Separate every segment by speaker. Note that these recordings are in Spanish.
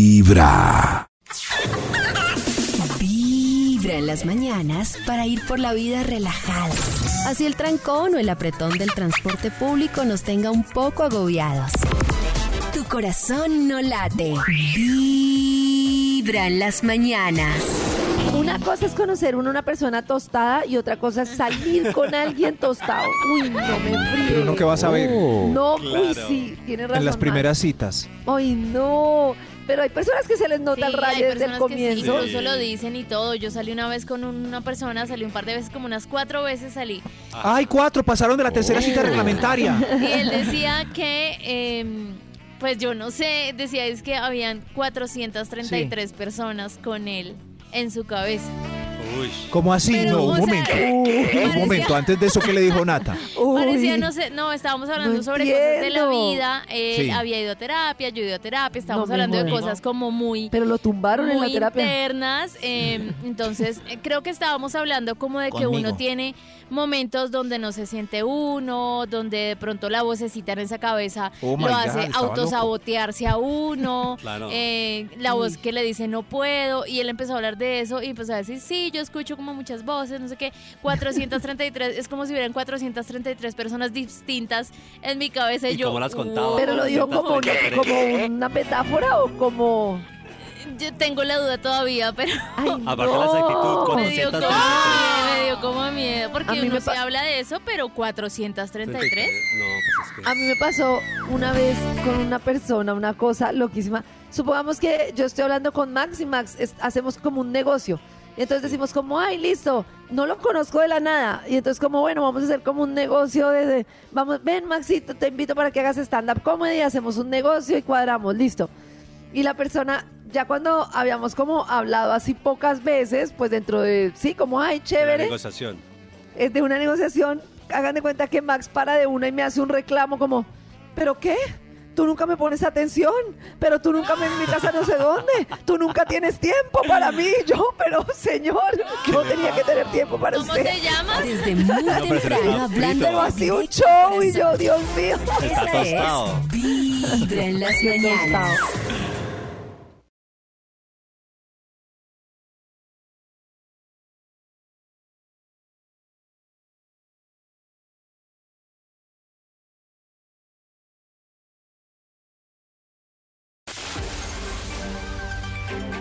Speaker 1: Vibra.
Speaker 2: Vibra en las mañanas para ir por la vida relajada. Así el trancón o el apretón del transporte público nos tenga un poco agobiados. Tu corazón no late. Vibra en las mañanas.
Speaker 3: Una cosa es conocer uno una persona tostada y otra cosa es salir con alguien tostado. Uy, no me fríe.
Speaker 4: Pero uno que va a saber
Speaker 5: Oh.
Speaker 3: No, uy, sí, tienes razón.
Speaker 4: en las
Speaker 3: Max.
Speaker 4: primeras citas.
Speaker 3: Uy, no. Pero hay personas que se les nota el
Speaker 5: Sí, hay
Speaker 3: rayo desde el
Speaker 5: personas que sí,
Speaker 3: comienzo.
Speaker 5: incluso lo dicen y todo. Yo salí una vez con una persona, salí un par de veces, como unas cuatro veces salí.
Speaker 4: ¡Ay, cuatro! Pasaron de la tercera
Speaker 5: Oh.
Speaker 4: cita reglamentaria.
Speaker 5: Y él decía que, eh, pues yo no sé, decía es que habían 433 personas con él en su cabeza.
Speaker 4: ¿Cómo así?
Speaker 5: Pero,
Speaker 4: no,
Speaker 5: o
Speaker 4: un
Speaker 5: sea,
Speaker 4: momento.
Speaker 5: parecía-
Speaker 4: un momento, antes de eso que le dijo Nata.
Speaker 3: Uy.
Speaker 5: Parecía, no sé, no, estábamos hablando
Speaker 3: no
Speaker 5: sobre cosas de la
Speaker 3: entiendo.
Speaker 5: vida. Él
Speaker 4: Sí.
Speaker 5: había ido a terapia, yo he ido a terapia, estábamos
Speaker 3: me
Speaker 5: hablando de
Speaker 3: muero.
Speaker 5: cosas como muy...
Speaker 3: Pero lo tumbaron en la
Speaker 5: muy
Speaker 3: terapia.
Speaker 5: internas. eh, entonces, eh, creo que estábamos hablando como de que
Speaker 4: Conmigo.
Speaker 5: uno tiene momentos donde no se siente uno, donde de pronto la vocecita en esa cabeza
Speaker 4: Oh my
Speaker 5: lo
Speaker 4: God,
Speaker 5: hace
Speaker 4: estaba
Speaker 5: autosabotearse a uno,
Speaker 6: Claro.
Speaker 5: eh, la voz que le dice no puedo, y él empezó a hablar de eso y empezó a decir, sí, yo escucho como muchas voces, no sé qué, 433, es como si hubieran 433 personas distintas en mi cabeza.
Speaker 6: ¿Y
Speaker 5: yo,
Speaker 6: cómo las contaba?
Speaker 5: "Wow".
Speaker 3: Pero lo dijo como, una- como una metáfora o como.
Speaker 5: Yo tengo la duda todavía, pero...
Speaker 3: Ay,
Speaker 6: Aparte
Speaker 3: no.
Speaker 6: la exactitud, con-
Speaker 5: Me dio,
Speaker 6: 433.
Speaker 5: como miedo, me dio como miedo,
Speaker 3: A mí
Speaker 5: porque
Speaker 3: me
Speaker 5: uno se
Speaker 3: pa-
Speaker 5: habla de eso, pero 433.
Speaker 6: No, pues es que.
Speaker 3: A mí me pasó una vez con una persona una cosa loquísima. Supongamos que yo estoy hablando con Max y Max es- hacemos como un negocio. Y entonces decimos como, ay, listo, no lo conozco de la nada. Y entonces como, bueno, vamos a hacer como un negocio de, de- vamos, ven Maxito, te invito para que hagas stand-up comedy, hacemos un negocio y cuadramos, listo. Y la persona, ya cuando habíamos como hablado así pocas veces, pues dentro de, sí, como, ay,
Speaker 6: La
Speaker 3: chévere,
Speaker 6: negociación.
Speaker 3: es de una negociación, hagan de cuenta que Max para de una y me hace un reclamo como, ¿pero qué? Tú nunca me pones atención, pero tú nunca me invitas a no sé dónde, tú nunca tienes tiempo para mí, yo, pero señor, yo tenía que tener tiempo para
Speaker 5: ¿Cómo
Speaker 3: usted.
Speaker 5: te llamas?
Speaker 2: Desde muy
Speaker 6: pero se le
Speaker 2: temprano
Speaker 6: está
Speaker 2: hablando.
Speaker 3: Pero así un show y yo, Dios mío.
Speaker 6: Está
Speaker 2: Esta es
Speaker 6: tostado.
Speaker 2: Vibra en las mañanas.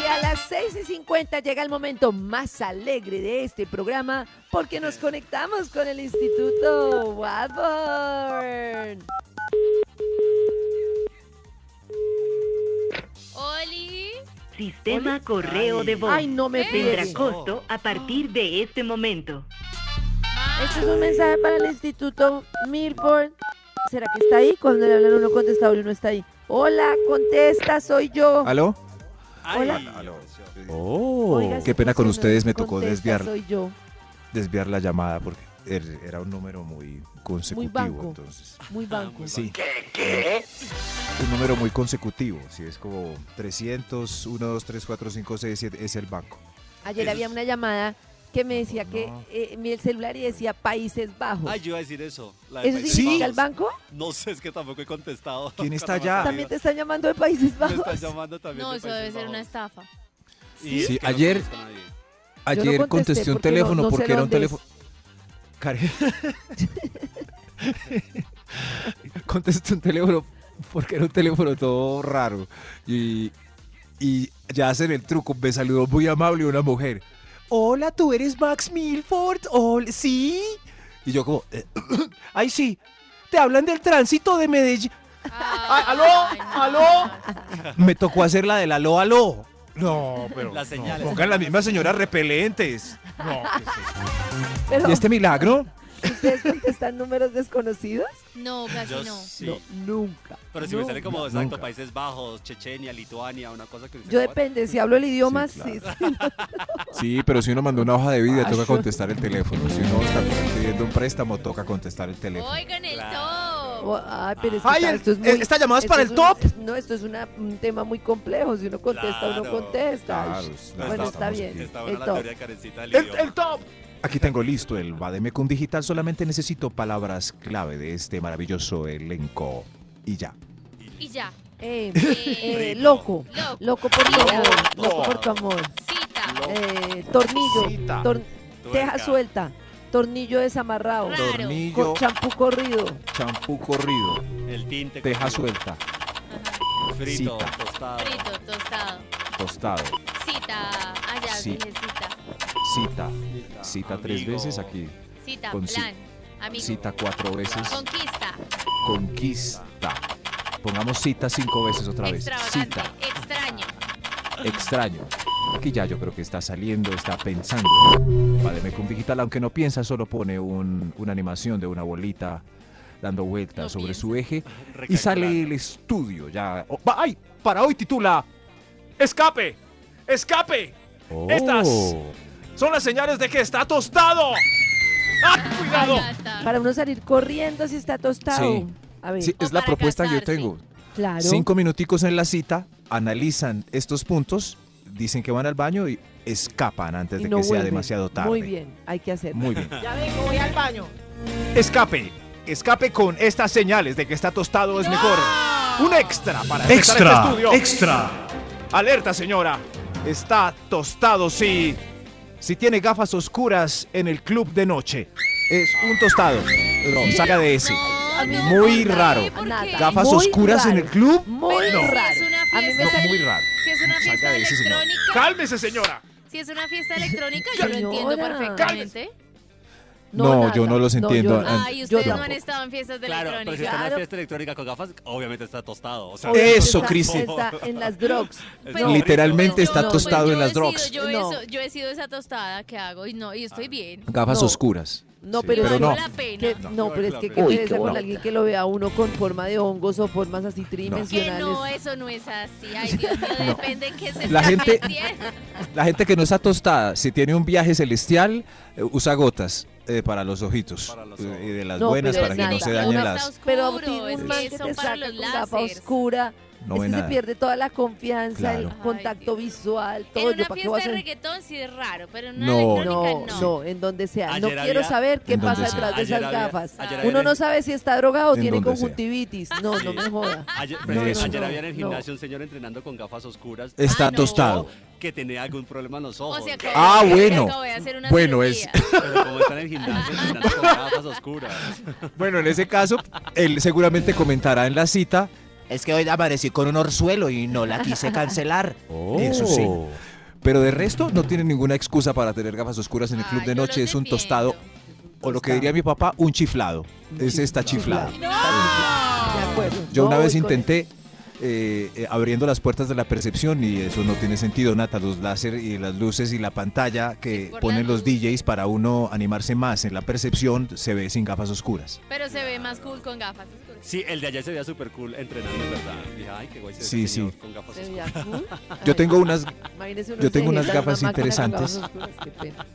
Speaker 3: Y a las 6 y 50 llega el momento más alegre de este programa porque nos conectamos con el Instituto Wadburn.
Speaker 5: Oli.
Speaker 7: Sistema correo de voz.
Speaker 3: Ay, no me
Speaker 7: Tendrá
Speaker 3: friegues.
Speaker 7: costo a partir de este momento.
Speaker 3: Este es un mensaje para el Instituto Milford. ¿Será que está ahí? Cuando le hablan a uno contestador y uno está ahí. Hola, contesta, soy yo.
Speaker 4: ¿Aló?
Speaker 3: Hola.
Speaker 4: Ah, Oh,
Speaker 3: Oiga,
Speaker 4: qué
Speaker 3: sí,
Speaker 4: pena con
Speaker 3: funciona.
Speaker 4: ustedes, me tocó
Speaker 3: Contesta,
Speaker 4: desviar,
Speaker 3: Soy yo.
Speaker 4: desviar la llamada porque er- era un número muy consecutivo.
Speaker 3: banco.
Speaker 4: entonces.
Speaker 6: Ah,
Speaker 3: Muy banco.
Speaker 6: pues,
Speaker 4: Sí. Un número muy consecutivo, si es como 300, 1, 2, 3, 4, 5, 6, 7, es el banco.
Speaker 3: Ayer había una llamada que me decía que
Speaker 4: No.
Speaker 3: eh, mi el celular y decía Países Bajos.
Speaker 6: Ay, yo iba a decir eso. La de
Speaker 3: ¿Eso
Speaker 6: Países
Speaker 3: significa
Speaker 6: Bajos.
Speaker 3: el banco?
Speaker 6: No sé, es que tampoco he contestado.
Speaker 4: ¿Quién está
Speaker 6: Cuando me
Speaker 4: allá?
Speaker 6: ha
Speaker 3: También
Speaker 6: salido.
Speaker 3: te están llamando de Países
Speaker 6: Me
Speaker 3: Bajos.
Speaker 6: están llamando también.
Speaker 5: No,
Speaker 6: de
Speaker 5: eso
Speaker 6: Países
Speaker 5: debe ser una
Speaker 6: Bajos.
Speaker 5: estafa.
Speaker 6: Y es
Speaker 4: Sí,
Speaker 6: que no
Speaker 4: ayer-
Speaker 6: conozco a nadie.
Speaker 3: Yo no
Speaker 4: Ayer contesté un
Speaker 3: porque no-
Speaker 4: teléfono
Speaker 3: no sé
Speaker 4: porque era un
Speaker 3: dónde es.
Speaker 4: teléfono. Care- contesté un teléfono porque era un teléfono todo raro. Y, y ya hacen el truco. Me saludó muy amable una mujer. Hola, tú eres Max Milford. Hol- sí. Y yo, como, eh, ay, sí. Te hablan del tránsito de Medellín. aló,
Speaker 5: Ay, no.
Speaker 4: aló. Me tocó hacer la del aló, aló. No, pero.
Speaker 6: Las
Speaker 4: no,
Speaker 6: señales.
Speaker 4: pongan las mismas señoras repelentes. No, ¿qué es eso?
Speaker 3: Pero
Speaker 4: ¿Y este milagro?
Speaker 3: ¿Ustedes contestan números desconocidos?
Speaker 5: No, casi
Speaker 6: Yo
Speaker 5: no.
Speaker 6: sí.
Speaker 3: No, nunca.
Speaker 6: Pero si me sale
Speaker 3: nunca.
Speaker 6: como, exacto,
Speaker 4: Nunca.
Speaker 6: Países Bajos, Chechenia, Lituania, una cosa que... dice,
Speaker 3: Yo
Speaker 6: "What?".
Speaker 3: depende, si hablo el idioma, sí.
Speaker 4: Sí, claro.
Speaker 3: sí.
Speaker 4: Sí, pero si uno mandó una hoja de vida,
Speaker 3: Ah,
Speaker 4: toca
Speaker 3: yo-
Speaker 4: contestar el teléfono. Si uno está pidiendo un préstamo, toca contestar el teléfono.
Speaker 5: Oigan el top.
Speaker 3: O- Ay, pero es que,
Speaker 4: Ay,
Speaker 3: claro,
Speaker 4: el-
Speaker 3: esto es
Speaker 4: eh,
Speaker 3: muy-
Speaker 4: ¿esta llamada es
Speaker 3: esto
Speaker 4: para el
Speaker 3: un-
Speaker 4: top?
Speaker 3: es- no, esto es una- un tema muy complejo. Si uno contesta, uno
Speaker 6: Claro,
Speaker 3: contesta.
Speaker 4: claro,
Speaker 3: Ush.
Speaker 4: claro,
Speaker 3: bueno, está
Speaker 4: estamos
Speaker 3: bien. eh,
Speaker 4: aquí.
Speaker 6: Está
Speaker 3: el
Speaker 6: buena la
Speaker 3: top.
Speaker 6: teoría carencita del
Speaker 4: El-
Speaker 6: idioma.
Speaker 4: el top. Aquí tengo listo el Bademecum Digital. Solamente necesito palabras clave de este maravilloso elenco. Y ya.
Speaker 5: Y ya.
Speaker 3: Eh,
Speaker 5: Eh,
Speaker 3: eh, loco.
Speaker 5: Loco.
Speaker 3: Loco por tu
Speaker 5: Loco.
Speaker 3: amor. Loco por tu amor.
Speaker 5: Cita.
Speaker 3: Eh, tornillo.
Speaker 4: Cita.
Speaker 3: tor-
Speaker 6: Tuerca.
Speaker 3: teja suelta. Tornillo desamarrado.
Speaker 5: Raro.
Speaker 4: Tornillo,
Speaker 3: co- champú corrido.
Speaker 4: champú corrido,
Speaker 6: El tinte.
Speaker 4: teja
Speaker 6: cocido,
Speaker 4: suelta,
Speaker 6: Frito,
Speaker 4: Cita.
Speaker 6: tostado.
Speaker 5: Frito, tostado.
Speaker 4: tostado,
Speaker 5: Cita. Ah, ya,
Speaker 4: Sí.
Speaker 5: dije cita.
Speaker 4: cita, cita tres
Speaker 6: Amigo.
Speaker 4: veces aquí,
Speaker 5: Cita,
Speaker 4: Con ci-
Speaker 5: plan. Amigo.
Speaker 4: cita cuatro veces,
Speaker 5: Conquista.
Speaker 4: conquista. Pongamos cita cinco veces otra vez.
Speaker 5: Extravagante.
Speaker 4: Cita,
Speaker 5: Extraño.
Speaker 4: extraño. Aquí ya yo creo que está saliendo, está pensando. Bademecum Digital, aunque no piensa, solo pone un- una animación de una bolita dando vueltas
Speaker 5: No
Speaker 4: sobre
Speaker 5: piensa.
Speaker 4: su eje y
Speaker 6: Recalculando.
Speaker 4: sale el estudio ya. Oh, va- ¡Ay! Para hoy titula Escape, escape. Estas son las señales de que está tostado. ¡Ah, cuidado!
Speaker 5: Ya está.
Speaker 3: Para uno salir corriendo si está tostado.
Speaker 4: Sí.
Speaker 3: A ver,
Speaker 4: Sí,
Speaker 5: O
Speaker 4: es la
Speaker 5: para
Speaker 4: propuesta que yo
Speaker 5: casarse.
Speaker 4: tengo.
Speaker 3: claro.
Speaker 4: Cinco minuticos en la cita, analizan estos puntos, dicen que van al baño y escapan antes
Speaker 3: y
Speaker 4: de
Speaker 3: no
Speaker 4: que sea
Speaker 3: vuelve.
Speaker 4: demasiado tarde.
Speaker 3: Muy bien, hay que hacerlo.
Speaker 4: Muy bien.
Speaker 1: Ya vengo, voy al baño.
Speaker 4: Escape. Escape con estas señales de que está tostado es mejor. Un extra para este
Speaker 8: Extra, extra.
Speaker 4: Alerta, señora. Está tostado si. Si tiene gafas oscuras en el club de noche. Es un tostado. No, saca de ese.
Speaker 5: No, no,
Speaker 4: Muy
Speaker 5: ¿por qué?
Speaker 4: raro.
Speaker 5: ¿Por qué?
Speaker 3: Nada.
Speaker 4: Gafas
Speaker 3: Muy
Speaker 4: oscuras en
Speaker 3: raro.
Speaker 4: el club.
Speaker 3: Muy
Speaker 5: Pero si es
Speaker 3: raro.
Speaker 5: una
Speaker 3: A mí me
Speaker 5: fiesta-
Speaker 3: sale-
Speaker 4: No, muy raro.
Speaker 5: Si es una
Speaker 4: Saca
Speaker 5: fiesta
Speaker 4: de ese, señor.
Speaker 5: electrónica.
Speaker 4: Cálmese, señora.
Speaker 5: Si es una fiesta electrónica, yo lo entiendo
Speaker 3: Señora.
Speaker 5: perfectamente.
Speaker 4: No, yo no los
Speaker 3: yo
Speaker 4: entiendo.
Speaker 3: no.
Speaker 4: Ah,
Speaker 5: Ay,
Speaker 3: yo
Speaker 5: ustedes no han
Speaker 3: tampoco.
Speaker 5: estado en fiestas de
Speaker 6: Claro, pero si
Speaker 5: electrónica.
Speaker 6: está en una
Speaker 3: Claro.
Speaker 6: fiesta electrónica con gafas, obviamente está tostado. O sea,
Speaker 3: Obviamente
Speaker 4: Eso,
Speaker 3: está-
Speaker 4: Cristi.
Speaker 3: Está en las Pues, drogas.
Speaker 6: es
Speaker 5: Pero-
Speaker 6: un
Speaker 4: Literalmente
Speaker 6: rito.
Speaker 4: está
Speaker 3: No,
Speaker 5: Pues
Speaker 4: tostado
Speaker 5: yo
Speaker 4: en
Speaker 5: he
Speaker 4: las
Speaker 5: sido-
Speaker 4: drogas.
Speaker 5: Yo,
Speaker 3: No.
Speaker 5: eso- yo he sido esa tostada que hago y no, y estoy bien.
Speaker 4: Gafas
Speaker 3: No.
Speaker 4: oscuras.
Speaker 3: No,
Speaker 4: Sí,
Speaker 3: pero,
Speaker 4: pero
Speaker 3: no.
Speaker 4: no.
Speaker 5: la pena.
Speaker 3: Que-
Speaker 6: No.
Speaker 3: no, pero es que qué
Speaker 6: Uy, qué
Speaker 3: pereza con
Speaker 4: bueno.
Speaker 3: alguien que lo vea a uno con forma de hongos o formas así
Speaker 5: Que
Speaker 3: tridimensionales.
Speaker 5: no, eso no es así. Ay, Dios mío,
Speaker 4: No.
Speaker 5: depende en qué se
Speaker 4: La
Speaker 5: está
Speaker 4: gente-
Speaker 5: metiendo.
Speaker 4: La gente que no está tostada, si tiene un viaje celestial, eh, usa gotas eh, para los ojitos.
Speaker 6: Para los
Speaker 4: Eh,
Speaker 6: ojos.
Speaker 4: y de las
Speaker 3: No,
Speaker 4: buenas
Speaker 3: pero
Speaker 4: para
Speaker 3: es
Speaker 4: que no
Speaker 3: nada.
Speaker 4: se
Speaker 5: Uno
Speaker 4: dañen
Speaker 5: está
Speaker 4: las...
Speaker 5: oscuro,
Speaker 3: Pero tiene
Speaker 5: es
Speaker 3: un
Speaker 5: que
Speaker 3: man que
Speaker 5: son
Speaker 3: te
Speaker 5: para
Speaker 3: saca
Speaker 5: los
Speaker 3: con capa
Speaker 5: lásers.
Speaker 3: oscura.
Speaker 4: No
Speaker 3: es
Speaker 4: ve
Speaker 3: que se
Speaker 4: nada.
Speaker 3: pierde toda la confianza, el
Speaker 4: Claro.
Speaker 5: Ay,
Speaker 3: contacto
Speaker 5: Dios.
Speaker 3: visual,
Speaker 5: En
Speaker 3: todo.
Speaker 5: una
Speaker 3: Yo, ¿para qué voy a
Speaker 5: fiesta de
Speaker 3: hacer?
Speaker 5: reggaetón sí es raro, pero en una
Speaker 4: No,
Speaker 3: No,
Speaker 5: electrónica no.
Speaker 3: no, en donde sea. No
Speaker 6: Ayer
Speaker 3: quiero
Speaker 6: había-
Speaker 3: saber qué
Speaker 4: En donde
Speaker 3: pasa
Speaker 4: sea.
Speaker 3: detrás de
Speaker 6: Ayer
Speaker 3: esas
Speaker 6: había-
Speaker 3: gafas.
Speaker 6: ayer había
Speaker 3: Uno
Speaker 6: en
Speaker 3: no
Speaker 6: el-
Speaker 3: sabe si está drogado o
Speaker 4: En
Speaker 3: tiene
Speaker 4: donde sea.
Speaker 3: conjuntivitis. No, no
Speaker 6: Sí.
Speaker 3: me joda.
Speaker 6: Ayer,
Speaker 4: No,
Speaker 6: pero es que
Speaker 4: eso
Speaker 6: ayer
Speaker 3: no,
Speaker 6: había en el
Speaker 3: no.
Speaker 6: gimnasio un señor entrenando con gafas oscuras.
Speaker 4: Está
Speaker 5: Ah, no.
Speaker 4: tostado.
Speaker 6: Que tenía algún problema en los ojos.
Speaker 5: O sea, acabo
Speaker 4: Ah,
Speaker 5: de-
Speaker 4: bueno.
Speaker 5: acabo de hacer una
Speaker 4: Bueno, es-
Speaker 5: cirugía.
Speaker 6: Pero como está en el gimnasio entrenando con gafas oscuras.
Speaker 4: Bueno, en ese caso, él seguramente comentará en la cita. Es que hoy aparecí con un orzuelo y no la quise cancelar. Eso sí. Pero de resto, no tiene ninguna excusa para tener gafas oscuras en el club
Speaker 5: Ay,
Speaker 4: de
Speaker 5: Ah, yo
Speaker 4: noche.
Speaker 5: los
Speaker 4: Es un
Speaker 5: defiendo.
Speaker 4: tostado, o lo que diría mi papá, un chiflado. Ese está chiflado.
Speaker 3: De
Speaker 6: Ah.
Speaker 3: acuerdo.
Speaker 4: Yo
Speaker 3: No
Speaker 4: una vez
Speaker 3: voy con
Speaker 4: intenté eh, eh, abriendo las puertas de la percepción y eso no tiene sentido, Nata, los láser y las luces y la pantalla
Speaker 5: Es
Speaker 4: que
Speaker 5: por la
Speaker 4: ponen los
Speaker 5: luz.
Speaker 4: DJs para uno animarse más en la percepción se ve sin gafas oscuras.
Speaker 5: Pero se ve más cool con gafas oscuras.
Speaker 6: Sí, el de ayer se veía súper cool entrenando, en ¿verdad? Dije, ay, qué guay se ve
Speaker 4: Sí,
Speaker 6: este señor
Speaker 4: sí.
Speaker 6: con gafas
Speaker 3: Se
Speaker 6: oscuras.
Speaker 3: veía cool.
Speaker 4: Yo tengo unas,
Speaker 3: Imagínese uno
Speaker 4: Yo tengo
Speaker 3: se
Speaker 4: unas
Speaker 3: jeta en
Speaker 4: gafas
Speaker 3: una máquina con
Speaker 4: interesantes.
Speaker 3: gafas oscuras, qué pena.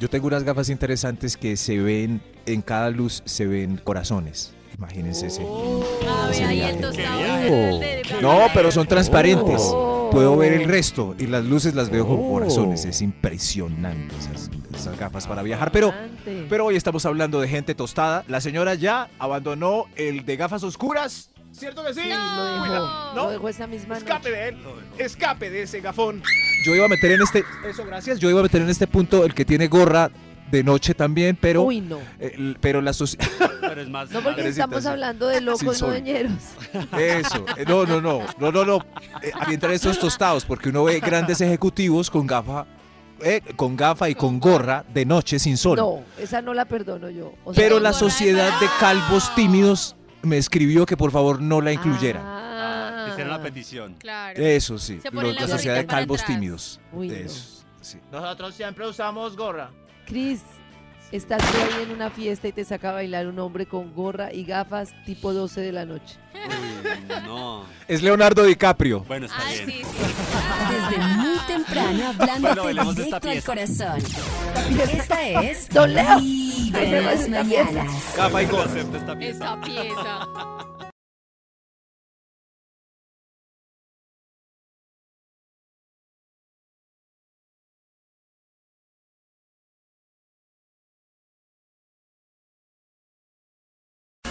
Speaker 4: yo tengo unas gafas interesantes que se ven en cada luz se ven corazones. Imagínense ese.
Speaker 5: A ver,
Speaker 4: Ese
Speaker 5: ahí
Speaker 4: viaje.
Speaker 5: Ah, el tostado.
Speaker 6: viaje.
Speaker 5: el de- de-
Speaker 4: No, pero son transparentes.
Speaker 3: Oh.
Speaker 4: Puedo ver el resto y las luces las veo con corazones. Es impresionante esas, esas gafas para viajar, pero
Speaker 3: Antes.
Speaker 4: Pero hoy estamos hablando de gente tostada. La señora ya abandonó el de gafas oscuras. ¿Cierto que sí?
Speaker 3: Sí, lo dejó.
Speaker 5: Cuida-
Speaker 3: Lo
Speaker 4: no.
Speaker 3: dejó esa misma noche.
Speaker 4: Escape de él. Escape de ese gafón. Yo iba a meter en este. Eso, gracias. Yo iba a meter en este punto el que tiene gorra de noche también, pero.
Speaker 3: Uy, no.
Speaker 4: el- pero la sociedad.
Speaker 6: Pero es más.
Speaker 3: No, porque
Speaker 4: Madrecita,
Speaker 3: estamos
Speaker 4: sí.
Speaker 3: hablando de locos no
Speaker 4: sol.
Speaker 3: dueñeros.
Speaker 4: Eso. Eh, No, no, no. No, no, no. Eh, a mí entran estos tostados, porque uno ve grandes ejecutivos con gafa. eh, con gafa y con gorra de noche sin sol.
Speaker 3: No, esa no la perdono yo. O
Speaker 4: Pero
Speaker 5: con
Speaker 4: la
Speaker 5: gorra de
Speaker 4: sociedad de
Speaker 5: noche.
Speaker 4: calvos tímidos me escribió que por favor no la
Speaker 3: Ah.
Speaker 4: incluyera.
Speaker 6: Ah, hicieron la petición.
Speaker 5: Claro.
Speaker 4: Eso sí,
Speaker 5: Se
Speaker 4: lo-
Speaker 5: ponen
Speaker 4: la,
Speaker 5: la
Speaker 4: sociedad de
Speaker 5: gorrita para
Speaker 4: calvos
Speaker 5: atrás.
Speaker 4: tímidos.
Speaker 3: Uy, no.
Speaker 4: Eso, sí.
Speaker 8: Nosotros siempre usamos gorra.
Speaker 3: Cris, Estás tú ahí en una fiesta y te saca a bailar un hombre con gorra y gafas tipo 12 de la noche.
Speaker 6: Uy, no.
Speaker 4: Es Leonardo DiCaprio.
Speaker 6: Bueno, está
Speaker 5: Ay,
Speaker 6: bien.
Speaker 5: sí, Ah, sí.
Speaker 2: Desde muy temprano hablándote
Speaker 6: Bueno, bailemos esta
Speaker 2: directo al
Speaker 6: pieza.
Speaker 2: corazón. Esta es
Speaker 3: Don Leo.
Speaker 2: Vibra en
Speaker 3: Bailemos
Speaker 2: las
Speaker 3: esta
Speaker 2: mañanas.
Speaker 6: Capa y concepto esta pieza.
Speaker 5: Esta pieza.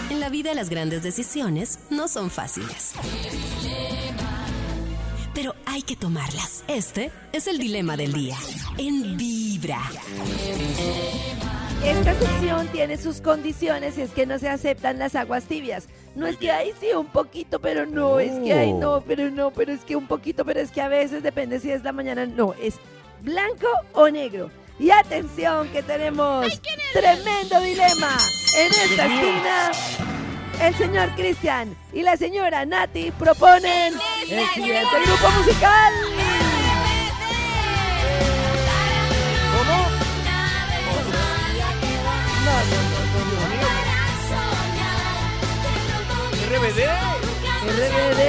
Speaker 2: En la vida las grandes decisiones no son fáciles. Pero hay que tomarlas. Este es el dilema del día. En Vibra.
Speaker 3: Esta sección tiene sus condiciones y es que no se aceptan las aguas tibias. No es que hay sí un poquito, pero no, es que hay no, pero no, pero es que un poquito, pero es que a veces depende si es la mañana, no, es blanco o negro. Y atención que tenemos tremendo dilema en esta esquina. El señor Cristian y la señora Nati proponen el siguiente grupo musical.
Speaker 6: RBD.
Speaker 3: RBD,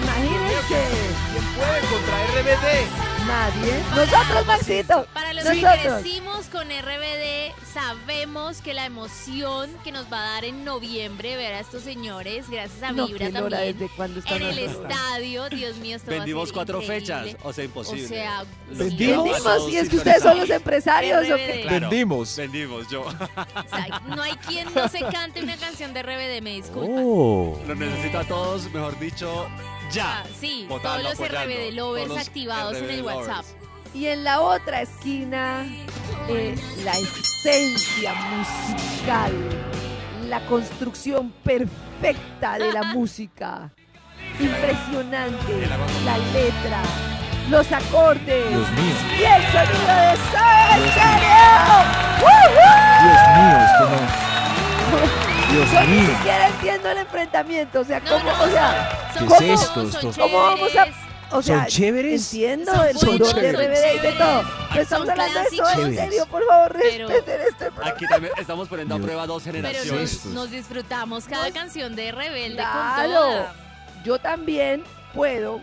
Speaker 3: imagínense.
Speaker 6: ¿Quién puede contra RBD?
Speaker 3: Nadie. Nosotros, Maxito.
Speaker 5: Para los que
Speaker 3: Nosotros.
Speaker 5: crecimos con RBD, sabemos que la emoción que nos va a dar en noviembre ver a estos señores, gracias a
Speaker 3: No,
Speaker 5: Vibra
Speaker 3: qué lora,
Speaker 5: también,
Speaker 3: ¿desde cuándo están
Speaker 5: en el
Speaker 3: haciendo?
Speaker 5: estadio, Dios mío, esto va a
Speaker 6: Vendimos
Speaker 5: ser
Speaker 6: cuatro
Speaker 5: increíble.
Speaker 6: fechas. O sea, imposible.
Speaker 5: O sea,
Speaker 6: Los
Speaker 4: Vendimos.
Speaker 6: quiero a
Speaker 3: Vendimos,
Speaker 6: todos
Speaker 3: y es que ustedes son los
Speaker 6: sintonizados.
Speaker 3: empresarios. ¿o qué?
Speaker 5: RBD.
Speaker 6: Claro.
Speaker 4: Vendimos.
Speaker 6: Vendimos, yo.
Speaker 5: o sea, no hay quien no se cante una canción de RBD,
Speaker 3: Oh.
Speaker 5: me disculpan.
Speaker 6: Lo necesito a todos, mejor dicho, ya.
Speaker 5: Ah, sí,
Speaker 6: Votando,
Speaker 5: todos los
Speaker 6: apoyando.
Speaker 5: RBD lovers
Speaker 6: Todos los
Speaker 5: activados en el
Speaker 6: RBD lovers.
Speaker 5: WhatsApp.
Speaker 3: Y en la otra esquina, eh, la esencia musical. La construcción perfecta de la música. Impresionante. La letra. Los acordes.
Speaker 4: Dios mío.
Speaker 3: Y el sonido de Soda Stereo. ¡Woo, woo!
Speaker 4: Dios mío, esto no.
Speaker 3: Yo
Speaker 4: Dios
Speaker 3: ni
Speaker 4: mío.
Speaker 3: siquiera entiendo el enfrentamiento. O sea,
Speaker 5: No,
Speaker 3: ¿cómo?
Speaker 5: no,
Speaker 3: o sea,
Speaker 5: Son
Speaker 4: ¿Qué es
Speaker 5: chéveres,
Speaker 4: esto?
Speaker 5: son
Speaker 4: Esto-
Speaker 3: ¿Cómo vamos a-
Speaker 5: chéveres.
Speaker 3: o sea,
Speaker 4: ¿Son chéveres?
Speaker 3: Entiendo
Speaker 5: Son
Speaker 3: el furor de
Speaker 4: chéveres.
Speaker 3: RBD y de todo. Pero
Speaker 5: Son
Speaker 3: estamos hablando de eso en
Speaker 5: clásicos.
Speaker 3: serio, por favor,
Speaker 5: Pero-
Speaker 3: respeten este programa.
Speaker 6: Aquí también estamos poniendo a
Speaker 4: Dios.
Speaker 6: prueba dos
Speaker 5: Pero
Speaker 6: generaciones.
Speaker 5: nos, nos disfrutamos cada canción de Rebelde con
Speaker 3: Claro,
Speaker 5: toda.
Speaker 3: yo también puedo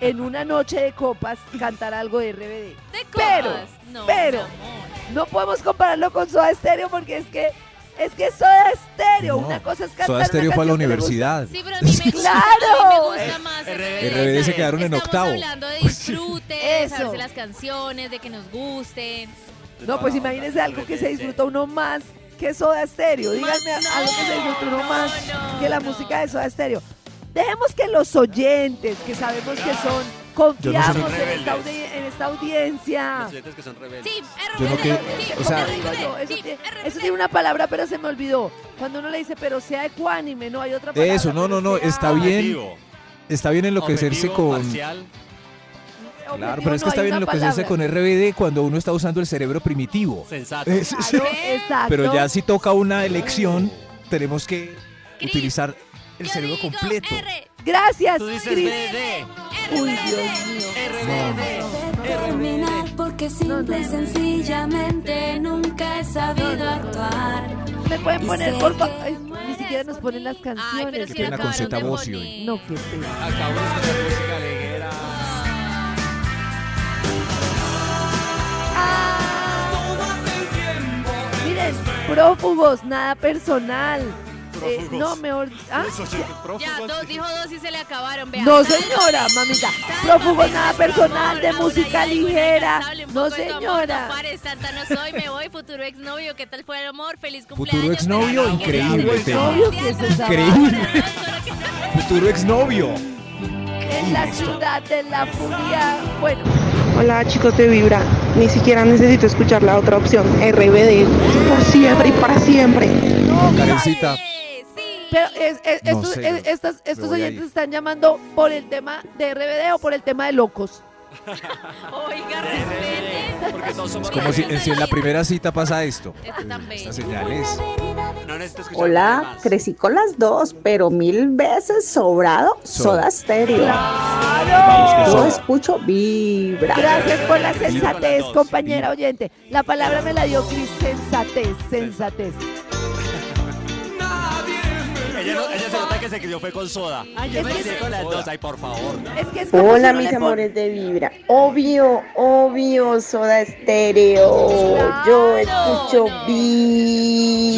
Speaker 3: en una noche de copas cantar algo de RBD.
Speaker 5: Te
Speaker 3: Pero,
Speaker 5: copas. no,
Speaker 3: pero,
Speaker 5: mi amor.
Speaker 3: No podemos compararlo con Soda Stereo porque es que es que Soda Stereo,
Speaker 4: No,
Speaker 3: una cosa es cantar
Speaker 4: Soda
Speaker 3: una
Speaker 4: Stereo fue a la
Speaker 3: canción que le gusta.
Speaker 4: universidad.
Speaker 5: Sí, pero a mí me gusta,
Speaker 3: ¡Claro!
Speaker 5: a mí me
Speaker 6: Eh,
Speaker 5: gusta más
Speaker 6: RBD.
Speaker 4: RBD se
Speaker 5: ¿sabes?
Speaker 4: quedaron en
Speaker 5: Estamos
Speaker 4: octavo.
Speaker 5: hablando de disfrute, de
Speaker 3: Eso.
Speaker 5: saberse las canciones, de que nos gusten.
Speaker 3: No, pues imagínense algo que se disfruta uno más que Soda Stereo. Díganme
Speaker 5: Más no,
Speaker 3: algo que se disfruta uno
Speaker 5: no,
Speaker 3: más
Speaker 5: no,
Speaker 3: que la
Speaker 5: no.
Speaker 3: música de Soda Stereo. Dejemos que los oyentes, que sabemos que son,
Speaker 4: Yo
Speaker 3: confiamos
Speaker 4: no soy
Speaker 3: en, esta
Speaker 6: rebeldes.
Speaker 3: audi- en esta audiencia.
Speaker 6: Los oyentes que son rebeldes.
Speaker 5: Ah. Sí, RBD.
Speaker 4: Yo no que-
Speaker 5: sí,
Speaker 4: o sea-
Speaker 5: RBD,
Speaker 3: Digo yo, eso,
Speaker 5: sí,
Speaker 3: tiene,
Speaker 5: RBD.
Speaker 3: eso tiene una palabra, pero se me olvidó. Cuando uno le dice, pero sea ecuánime, no hay otra palabra.
Speaker 4: Eso, no,
Speaker 3: pero
Speaker 4: no, no,
Speaker 3: sea
Speaker 4: está bien
Speaker 6: Objetivo.
Speaker 4: Está bien enloquecerse
Speaker 6: Objetivo,
Speaker 4: con.
Speaker 6: Parcial.
Speaker 3: objetivo,
Speaker 4: Claro, pero es
Speaker 3: no
Speaker 4: que está
Speaker 3: hay una
Speaker 4: bien enloquecerse con
Speaker 3: palabra.
Speaker 4: RBD cuando uno está usando el cerebro primitivo.
Speaker 6: Sensato.
Speaker 4: Es-
Speaker 3: Claro, Ah, exacto.
Speaker 4: Pero ya si toca una elección, tenemos que
Speaker 5: Cris,
Speaker 4: utilizar el
Speaker 5: Yo
Speaker 4: cerebro
Speaker 5: digo
Speaker 4: completo.
Speaker 5: R,
Speaker 3: Gracias,
Speaker 6: Tú dices
Speaker 3: Cris.
Speaker 6: BD,
Speaker 3: Uy,
Speaker 5: RBD.
Speaker 3: Dios mío.
Speaker 6: RBD.
Speaker 1: terminar porque simple y sencillamente nunca he sabido actuar.
Speaker 3: Me pueden
Speaker 1: Y
Speaker 3: poner,
Speaker 1: sé
Speaker 3: por
Speaker 1: que
Speaker 3: favor. Ay, Ni
Speaker 1: mueres
Speaker 3: siquiera nos
Speaker 1: por
Speaker 3: ponen las
Speaker 1: mí.
Speaker 3: canciones.
Speaker 5: Ay, pero si
Speaker 4: Qué pena
Speaker 5: la
Speaker 4: con
Speaker 5: acabaron de
Speaker 4: Cetabocio.
Speaker 5: poner.
Speaker 3: ¿eh? No, qué pena.
Speaker 6: Acabamos con la música ligera.
Speaker 5: Ah,
Speaker 3: Miren, prófugos, nada personal. Eh,
Speaker 6: Prófugos.
Speaker 3: no, mejor. ¿ah?
Speaker 6: Los oyentes prófugos.
Speaker 5: Ya, dos, dijo dos y se le acabaron. Vea,
Speaker 3: No,
Speaker 5: Sal-
Speaker 3: señora, mamita.
Speaker 5: Sálvame,
Speaker 3: Prófugos,
Speaker 5: por
Speaker 3: nada
Speaker 5: favor,
Speaker 3: personal, de
Speaker 5: Laura,
Speaker 3: música
Speaker 5: ya digo
Speaker 3: ligera.
Speaker 5: inalcanzable, un
Speaker 3: No,
Speaker 5: poco de tu amor,
Speaker 3: señora.
Speaker 5: No pares, santa no soy, me voy, futuro exnovio, ¿qué tal fue el amor? Feliz cumpleaños.
Speaker 4: Futuro exnovio,
Speaker 5: feliz
Speaker 4: increíble
Speaker 6: Feliz
Speaker 4: tema.
Speaker 3: Obvio que eso es
Speaker 4: Increíble.
Speaker 5: cumpleaños.
Speaker 4: Futuro exnovio.
Speaker 3: En la ciudad de la furia. Bueno,
Speaker 8: Hola chicos de Vibra, ni siquiera necesito escuchar la otra opción, RBD, por siempre y para siempre.
Speaker 4: Karencita.
Speaker 5: Sí.
Speaker 3: pero es- es-
Speaker 4: No
Speaker 3: estos,
Speaker 4: sé,
Speaker 3: es- estas- estos
Speaker 4: voy a
Speaker 3: oyentes
Speaker 4: ir.
Speaker 3: están llamando por el tema de RBD o por el tema de locos.
Speaker 5: Oiga, respete.
Speaker 6: Porque todos somos
Speaker 4: Es como si,
Speaker 6: rebeldes.
Speaker 4: si en la primera cita pasa esto.
Speaker 5: Esto tan bello.
Speaker 4: Estas señales.
Speaker 6: No necesito escuchar
Speaker 9: Hola,
Speaker 6: más.
Speaker 9: crecí con las dos, pero mil veces sobrado
Speaker 4: Soda.
Speaker 9: Soda Stereo.
Speaker 4: Vamos
Speaker 9: Yo
Speaker 4: con Soda.
Speaker 9: escucho Vibra.
Speaker 3: Gracias por la
Speaker 6: Vibra con las
Speaker 3: sensatez,
Speaker 6: dos.
Speaker 3: compañera oyente. La palabra me la dio Cris Sensatez. Sensatez, sensatez.
Speaker 10: Ella, no- ella se nota que se crió fue con soda. Ay, yo
Speaker 3: me
Speaker 10: con las dos, ay, por favor.
Speaker 3: Es que es como
Speaker 11: Hola,
Speaker 3: si uno
Speaker 11: mis
Speaker 3: le pon-
Speaker 11: amores de Vibra. Obvio, obvio, soda estéreo. Yo
Speaker 5: Claro,
Speaker 11: escucho
Speaker 5: no.
Speaker 10: Yo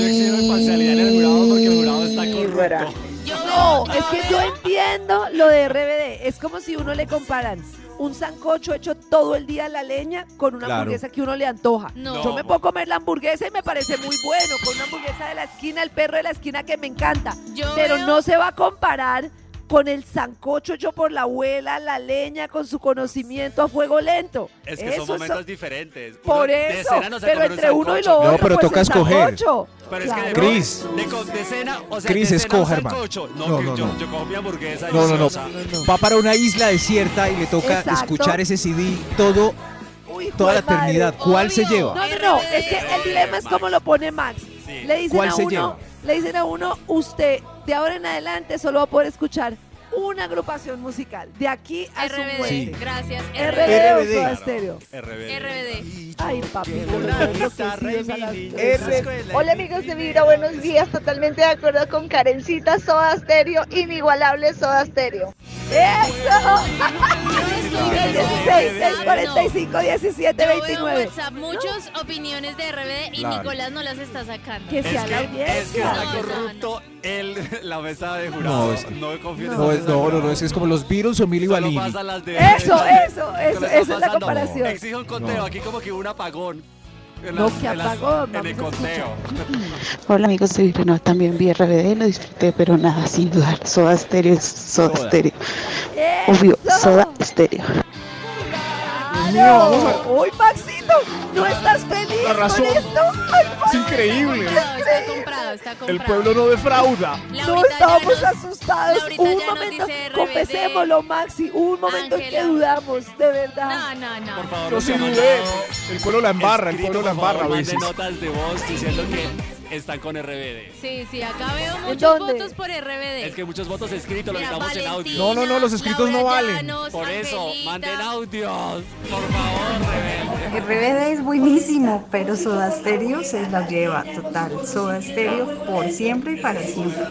Speaker 10: exijo imparcialidad en el jurado porque el jurado está
Speaker 11: Vibra.
Speaker 10: corrupto.
Speaker 5: Yo
Speaker 3: No,
Speaker 5: veo-
Speaker 3: es que yo
Speaker 5: veo-
Speaker 3: entiendo lo de RBD. Es como si uno le comparan un sancocho hecho todo el día a la leña con una
Speaker 4: Claro.
Speaker 3: hamburguesa que uno le antoja.
Speaker 5: No.
Speaker 3: Yo me puedo comer la hamburguesa y me parece muy bueno, con una hamburguesa de la esquina, el perro de la esquina que me encanta.
Speaker 5: Yo
Speaker 3: Pero
Speaker 5: veo-
Speaker 3: no se va a comparar con el sancocho hecho por la abuela, la leña, con su conocimiento a fuego lento.
Speaker 10: Es que
Speaker 3: Eso
Speaker 10: son momentos diferentes.
Speaker 3: Por
Speaker 10: Uno de
Speaker 3: eso,
Speaker 10: cena no se
Speaker 3: pero
Speaker 10: come un
Speaker 3: entre uno y lo
Speaker 10: sancocho.
Speaker 3: otro,
Speaker 4: No, pero
Speaker 3: pues,
Speaker 4: toca
Speaker 3: el
Speaker 4: escoger.
Speaker 3: sancocho.
Speaker 10: Pero es que
Speaker 3: Claro.
Speaker 10: de,
Speaker 4: Cris.
Speaker 10: de, co- de cena, o sea,
Speaker 4: Cris,
Speaker 10: de cena un
Speaker 4: escoja, hermano.
Speaker 10: sancocho. No,
Speaker 4: No,
Speaker 10: que
Speaker 4: no,
Speaker 10: yo,
Speaker 4: no.
Speaker 10: yo cojo mi hamburguesa
Speaker 4: No, no, no.
Speaker 10: deliciosa.
Speaker 4: Va para una isla desierta y le toca
Speaker 3: Exacto.
Speaker 4: escuchar ese CD todo,
Speaker 3: Uy,
Speaker 4: toda la
Speaker 3: jue madre.
Speaker 4: eternidad. ¿Cuál se
Speaker 5: Obvio.
Speaker 3: No,
Speaker 4: lleva?
Speaker 3: no, no,
Speaker 5: RBD.
Speaker 3: es que el dilema es como lo pone Max.
Speaker 10: Sí.
Speaker 3: Le dicen
Speaker 4: ¿Cuál
Speaker 3: a
Speaker 4: se
Speaker 3: uno,
Speaker 4: lleva?
Speaker 3: le dicen a uno, usted de ahora en adelante solo va a poder escuchar una agrupación musical, de aquí a su
Speaker 5: RBD,
Speaker 3: muerte.
Speaker 4: Sí.
Speaker 5: gracias.
Speaker 3: RBD.
Speaker 5: RBD.
Speaker 3: o Soda Stereo.
Speaker 10: RBD.
Speaker 5: RBD.
Speaker 3: Ay, papi, yo los
Speaker 10: Una
Speaker 3: veo
Speaker 10: guitarra y
Speaker 3: enloquecidos a las
Speaker 10: mi niño.
Speaker 3: tres.
Speaker 12: Hola amigos de Vibra, buenos días. Totalmente de acuerdo con Karencita, Soda Stereo, inigualable Soda Stereo.
Speaker 5: Ah, Yo veo en
Speaker 3: 16-45-17-29.
Speaker 5: WhatsApp muchas opiniones de RBD y
Speaker 4: Claro.
Speaker 5: Nicolás no las está sacando.
Speaker 3: Que sea la audiencia.
Speaker 10: Es que está
Speaker 5: No, no,
Speaker 10: corrupto el, la mesa de jurados.
Speaker 4: No,
Speaker 10: No,
Speaker 4: es que-
Speaker 10: confío en
Speaker 4: No,
Speaker 10: esa
Speaker 4: es-
Speaker 10: mesa
Speaker 4: no,
Speaker 10: de
Speaker 4: no,
Speaker 10: jurados.
Speaker 4: no, es que es como los Beatles o Milli
Speaker 10: Solo
Speaker 4: Vanilli.
Speaker 10: pasan las de-
Speaker 3: Eso, eso,
Speaker 10: Solo
Speaker 3: eso,
Speaker 10: están
Speaker 3: esa es la
Speaker 10: pasando.
Speaker 3: comparación.
Speaker 10: Exijo un conteo,
Speaker 4: No.
Speaker 10: aquí como que hubo un apagón. En
Speaker 3: No,
Speaker 10: las-
Speaker 3: que
Speaker 10: en las-
Speaker 3: apagón,
Speaker 10: En el
Speaker 3: vamos a escuchar.
Speaker 10: conteo.
Speaker 8: Hola amigos de Vibra, no, también vi RBD, lo disfruté, pero nada, sin dudar. Soda Stereo, es Soda
Speaker 4: Soda.
Speaker 8: Stereo,
Speaker 3: ¡Eso!
Speaker 8: obvio, Soda Stereo.
Speaker 3: ¡Claro! ¡Uy, Maxito! ¿No estás feliz
Speaker 4: La razón.
Speaker 3: con esto? ¡Ay, Maxito!
Speaker 4: increíble.
Speaker 5: Está comprado, está comprado, está comprado.
Speaker 4: no defrauda.
Speaker 3: No
Speaker 5: Laurita
Speaker 3: estábamos
Speaker 5: Llanos,
Speaker 3: asustados.
Speaker 5: Laurita
Speaker 3: Un
Speaker 5: ya nos
Speaker 3: momento,
Speaker 5: dice RBD.
Speaker 3: confesémoslo, Maxi. hubo Un momento en que
Speaker 5: Ángela.
Speaker 3: dudamos, de verdad.
Speaker 5: No, no, no.
Speaker 10: Por
Speaker 4: Yo
Speaker 10: favor, no
Speaker 4: sí
Speaker 10: se han
Speaker 4: dudé.
Speaker 10: mandado
Speaker 4: El pueblo la
Speaker 10: escrito, por favor, manden notas de voz diciendo que están con RBD.
Speaker 5: Sí, sí, acá veo muchos
Speaker 3: dónde?
Speaker 5: votos por RBD.
Speaker 10: Es que muchos votos escritos, los
Speaker 5: Mira,
Speaker 10: estamos en audio.
Speaker 5: Valentina,
Speaker 4: No, no, no, los escritos no
Speaker 5: Laura
Speaker 4: valen.
Speaker 5: Llanos,
Speaker 10: Por eso,
Speaker 5: Angelita.
Speaker 10: manden audios. Por favor, rebelde.
Speaker 12: RBD es buenísimo, pero Soda Stereo se la lleva total. Soda Stereo por siempre y para siempre.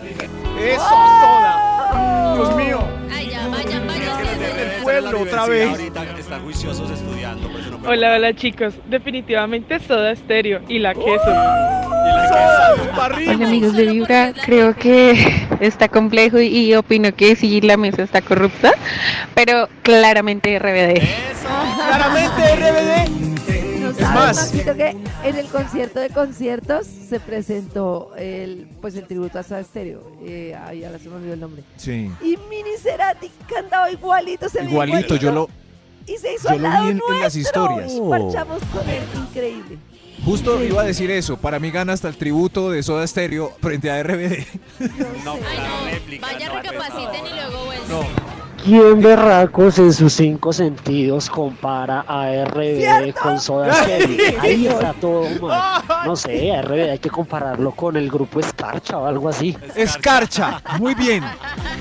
Speaker 4: Eso, soda. Dios mío.
Speaker 5: Ay, ya, vayan, vayan. sí, sí, sí.
Speaker 4: pueblo,
Speaker 10: La
Speaker 4: otra
Speaker 10: universidad
Speaker 4: vez.
Speaker 10: Ahorita están juiciosos estudiando. por eso no pueden-
Speaker 13: Hola, hola chicos, definitivamente Soda Stereo y la queso.
Speaker 10: Y la
Speaker 8: Hola amigos de Vibra, creo que está complejo y, y opino que sí la mesa está corrupta, pero claramente RBD.
Speaker 4: Claramente RBD.
Speaker 3: No
Speaker 4: Es
Speaker 3: sabes,
Speaker 4: más.
Speaker 3: Maxito, que en el concierto de conciertos se presentó el, pues, el tributo a Soda Stereo. Eh, ay, ahora se me olvidó el nombre.
Speaker 4: Sí.
Speaker 3: Y Mini Cerati cantaba igualito, se veía
Speaker 4: Igualito, yo lo.
Speaker 3: Y se hizo
Speaker 4: yo
Speaker 3: al
Speaker 4: lo
Speaker 3: lado
Speaker 4: vi en- en las
Speaker 3: nuestro,
Speaker 4: historias.
Speaker 3: Y marchamos con él, increíble.
Speaker 4: Justo iba a decir eso. Para mí gana hasta el tributo de Soda Stereo frente a RBD.
Speaker 10: No,
Speaker 5: Ay,
Speaker 10: la
Speaker 5: no,
Speaker 10: réplica,
Speaker 5: vayan,
Speaker 10: no,
Speaker 5: recapaciten y luego
Speaker 4: pues, No.
Speaker 5: vuelven.
Speaker 14: ¿Quién berracos en sus cinco sentidos compara a RBD
Speaker 3: ¿Cierto?
Speaker 14: Eh, con Soda Stereo? Ahí está todo mal. No sé, a RBD hay que compararlo con el grupo Escarcha o algo así.
Speaker 4: Escarcha. Muy bien.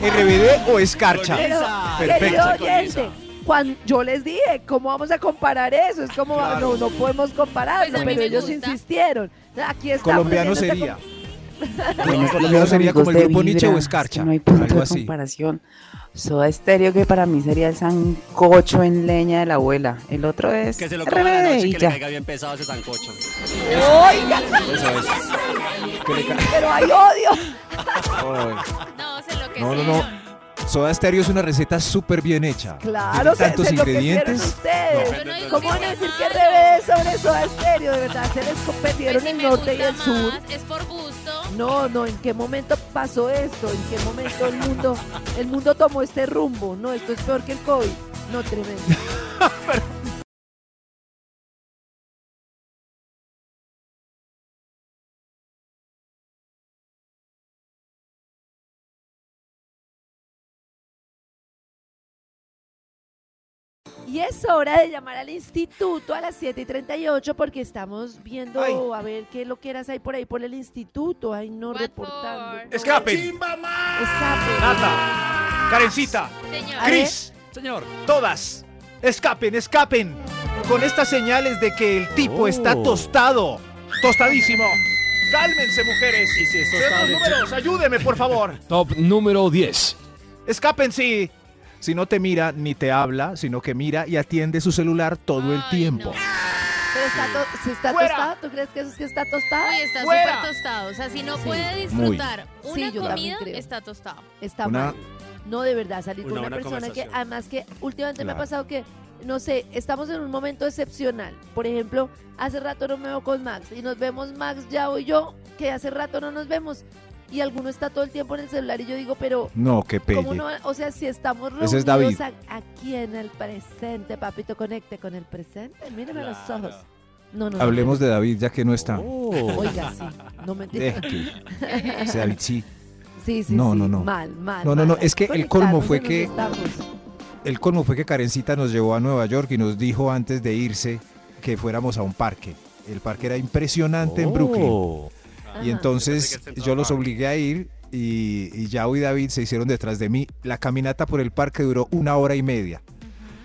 Speaker 4: RBD o Escarcha.
Speaker 3: Pero,
Speaker 4: Perfecto.
Speaker 3: querido oyente, cuando yo les dije, ¿cómo vamos a comparar eso? Es como, no, no podemos compararlo,
Speaker 5: Pues a mí
Speaker 3: pero
Speaker 5: me
Speaker 3: ellos
Speaker 5: gusta.
Speaker 3: insistieron. Aquí estamos
Speaker 4: Colombiano
Speaker 3: haciendo esta
Speaker 4: sería.
Speaker 8: Buenos
Speaker 4: Colombiano
Speaker 8: días,
Speaker 4: sería como el
Speaker 8: amigos de
Speaker 4: grupo Nietzsche o
Speaker 8: Vibra.
Speaker 4: Escarcha,
Speaker 8: No hay punto
Speaker 4: algo
Speaker 8: de
Speaker 4: así.
Speaker 8: comparación. Soda Stereo, que para mí sería el sancocho en leña de la abuela. El otro es
Speaker 10: Que se lo coma la
Speaker 8: RBD
Speaker 10: noche,
Speaker 8: y
Speaker 10: que le
Speaker 8: ya.
Speaker 10: caiga bien pesado ese sancocho.
Speaker 4: Que le ca-
Speaker 3: com- Pero hay odio.
Speaker 4: Ay.
Speaker 5: No, se lo que Pues
Speaker 4: No, no, no. Soda Stereo es una receta súper bien hecha.
Speaker 3: Claro, se,
Speaker 4: Tiene tantos
Speaker 3: se enloquecieron
Speaker 4: ingredientes.
Speaker 3: ustedes.
Speaker 10: No, no, no,
Speaker 3: ¿Cómo
Speaker 5: no.
Speaker 3: van a decir que revés sobre Soda Stereo? De verdad, se les competieron
Speaker 5: Pues
Speaker 3: el norte y el sur.
Speaker 5: Es por gusto.
Speaker 3: No, no, ¿en qué momento pasó esto? ¿En qué momento el mundo, el mundo tomó este rumbo? No, esto es peor que el COVID. No, tremendo. Y es hora de llamar al instituto a las 7 y 38 porque estamos viendo
Speaker 4: Ay.
Speaker 3: a ver qué lo quieras hay por ahí por el instituto. Ay, no
Speaker 5: What
Speaker 3: reportando.
Speaker 5: for?
Speaker 3: No, Escape.
Speaker 4: Nata, Karencita,
Speaker 5: Señor.
Speaker 3: A ver.
Speaker 4: Cris,
Speaker 10: Señor.
Speaker 4: todas, escapen, escapen. Con estas señales de que el tipo
Speaker 10: Oh.
Speaker 4: está tostado.
Speaker 15: Tostadísimo. Cálmense, mujeres. Sean los números, ayúdeme, por favor.
Speaker 16: Top número 10.
Speaker 15: Escápense.
Speaker 4: Si no te mira ni te habla, sino que mira y atiende su celular todo el tiempo.
Speaker 3: Pero está to- si está
Speaker 5: Fuera.
Speaker 3: tostado, ¿tú crees que eso es que está tostado?
Speaker 5: Uy, está súper tostado. O sea, si no puede disfrutar
Speaker 3: Muy.
Speaker 5: una
Speaker 3: Sí, yo también
Speaker 5: comida,
Speaker 3: creo.
Speaker 5: está tostado.
Speaker 3: Está
Speaker 4: Una-
Speaker 3: mal. No, de verdad, salir con
Speaker 4: Una
Speaker 3: una,
Speaker 4: buena
Speaker 3: persona que,
Speaker 4: conversación.
Speaker 3: además que últimamente me ha
Speaker 4: Claro.
Speaker 3: pasado que, no sé, estamos en un momento excepcional. Por ejemplo, hace rato no me veo con Max y nos vemos Max, Yao y yo, que hace rato no nos vemos. Y alguno está todo el tiempo en el celular y yo digo, pero...
Speaker 4: No, qué
Speaker 3: ¿Cómo
Speaker 4: pelle.
Speaker 3: no? O sea, si estamos reunidos
Speaker 4: Ese es
Speaker 3: a- aquí en el presente, papito, conecte con el presente. Mírame a los ojos. No, no. no.
Speaker 4: Hablemos de David ya que no está.
Speaker 3: Oh. Oiga, sí. No me
Speaker 4: Eh, que- o sea, David sí.
Speaker 3: Sí, sí,
Speaker 4: No,
Speaker 3: sí.
Speaker 4: no, no.
Speaker 3: Mal, mal.
Speaker 4: No, no, no,
Speaker 3: mal.
Speaker 4: es que el colmo fue que-
Speaker 3: Conectarnos en los estamos.
Speaker 4: El colmo fue que Karencita nos llevó a Nueva York y nos dijo antes de irse que fuéramos a un parque. El parque era impresionante
Speaker 16: Oh.
Speaker 4: en Brooklyn. Y entonces yo los obligué a ir y, y Yao y David se hicieron detrás de mí. La caminata por el parque duró una hora y media.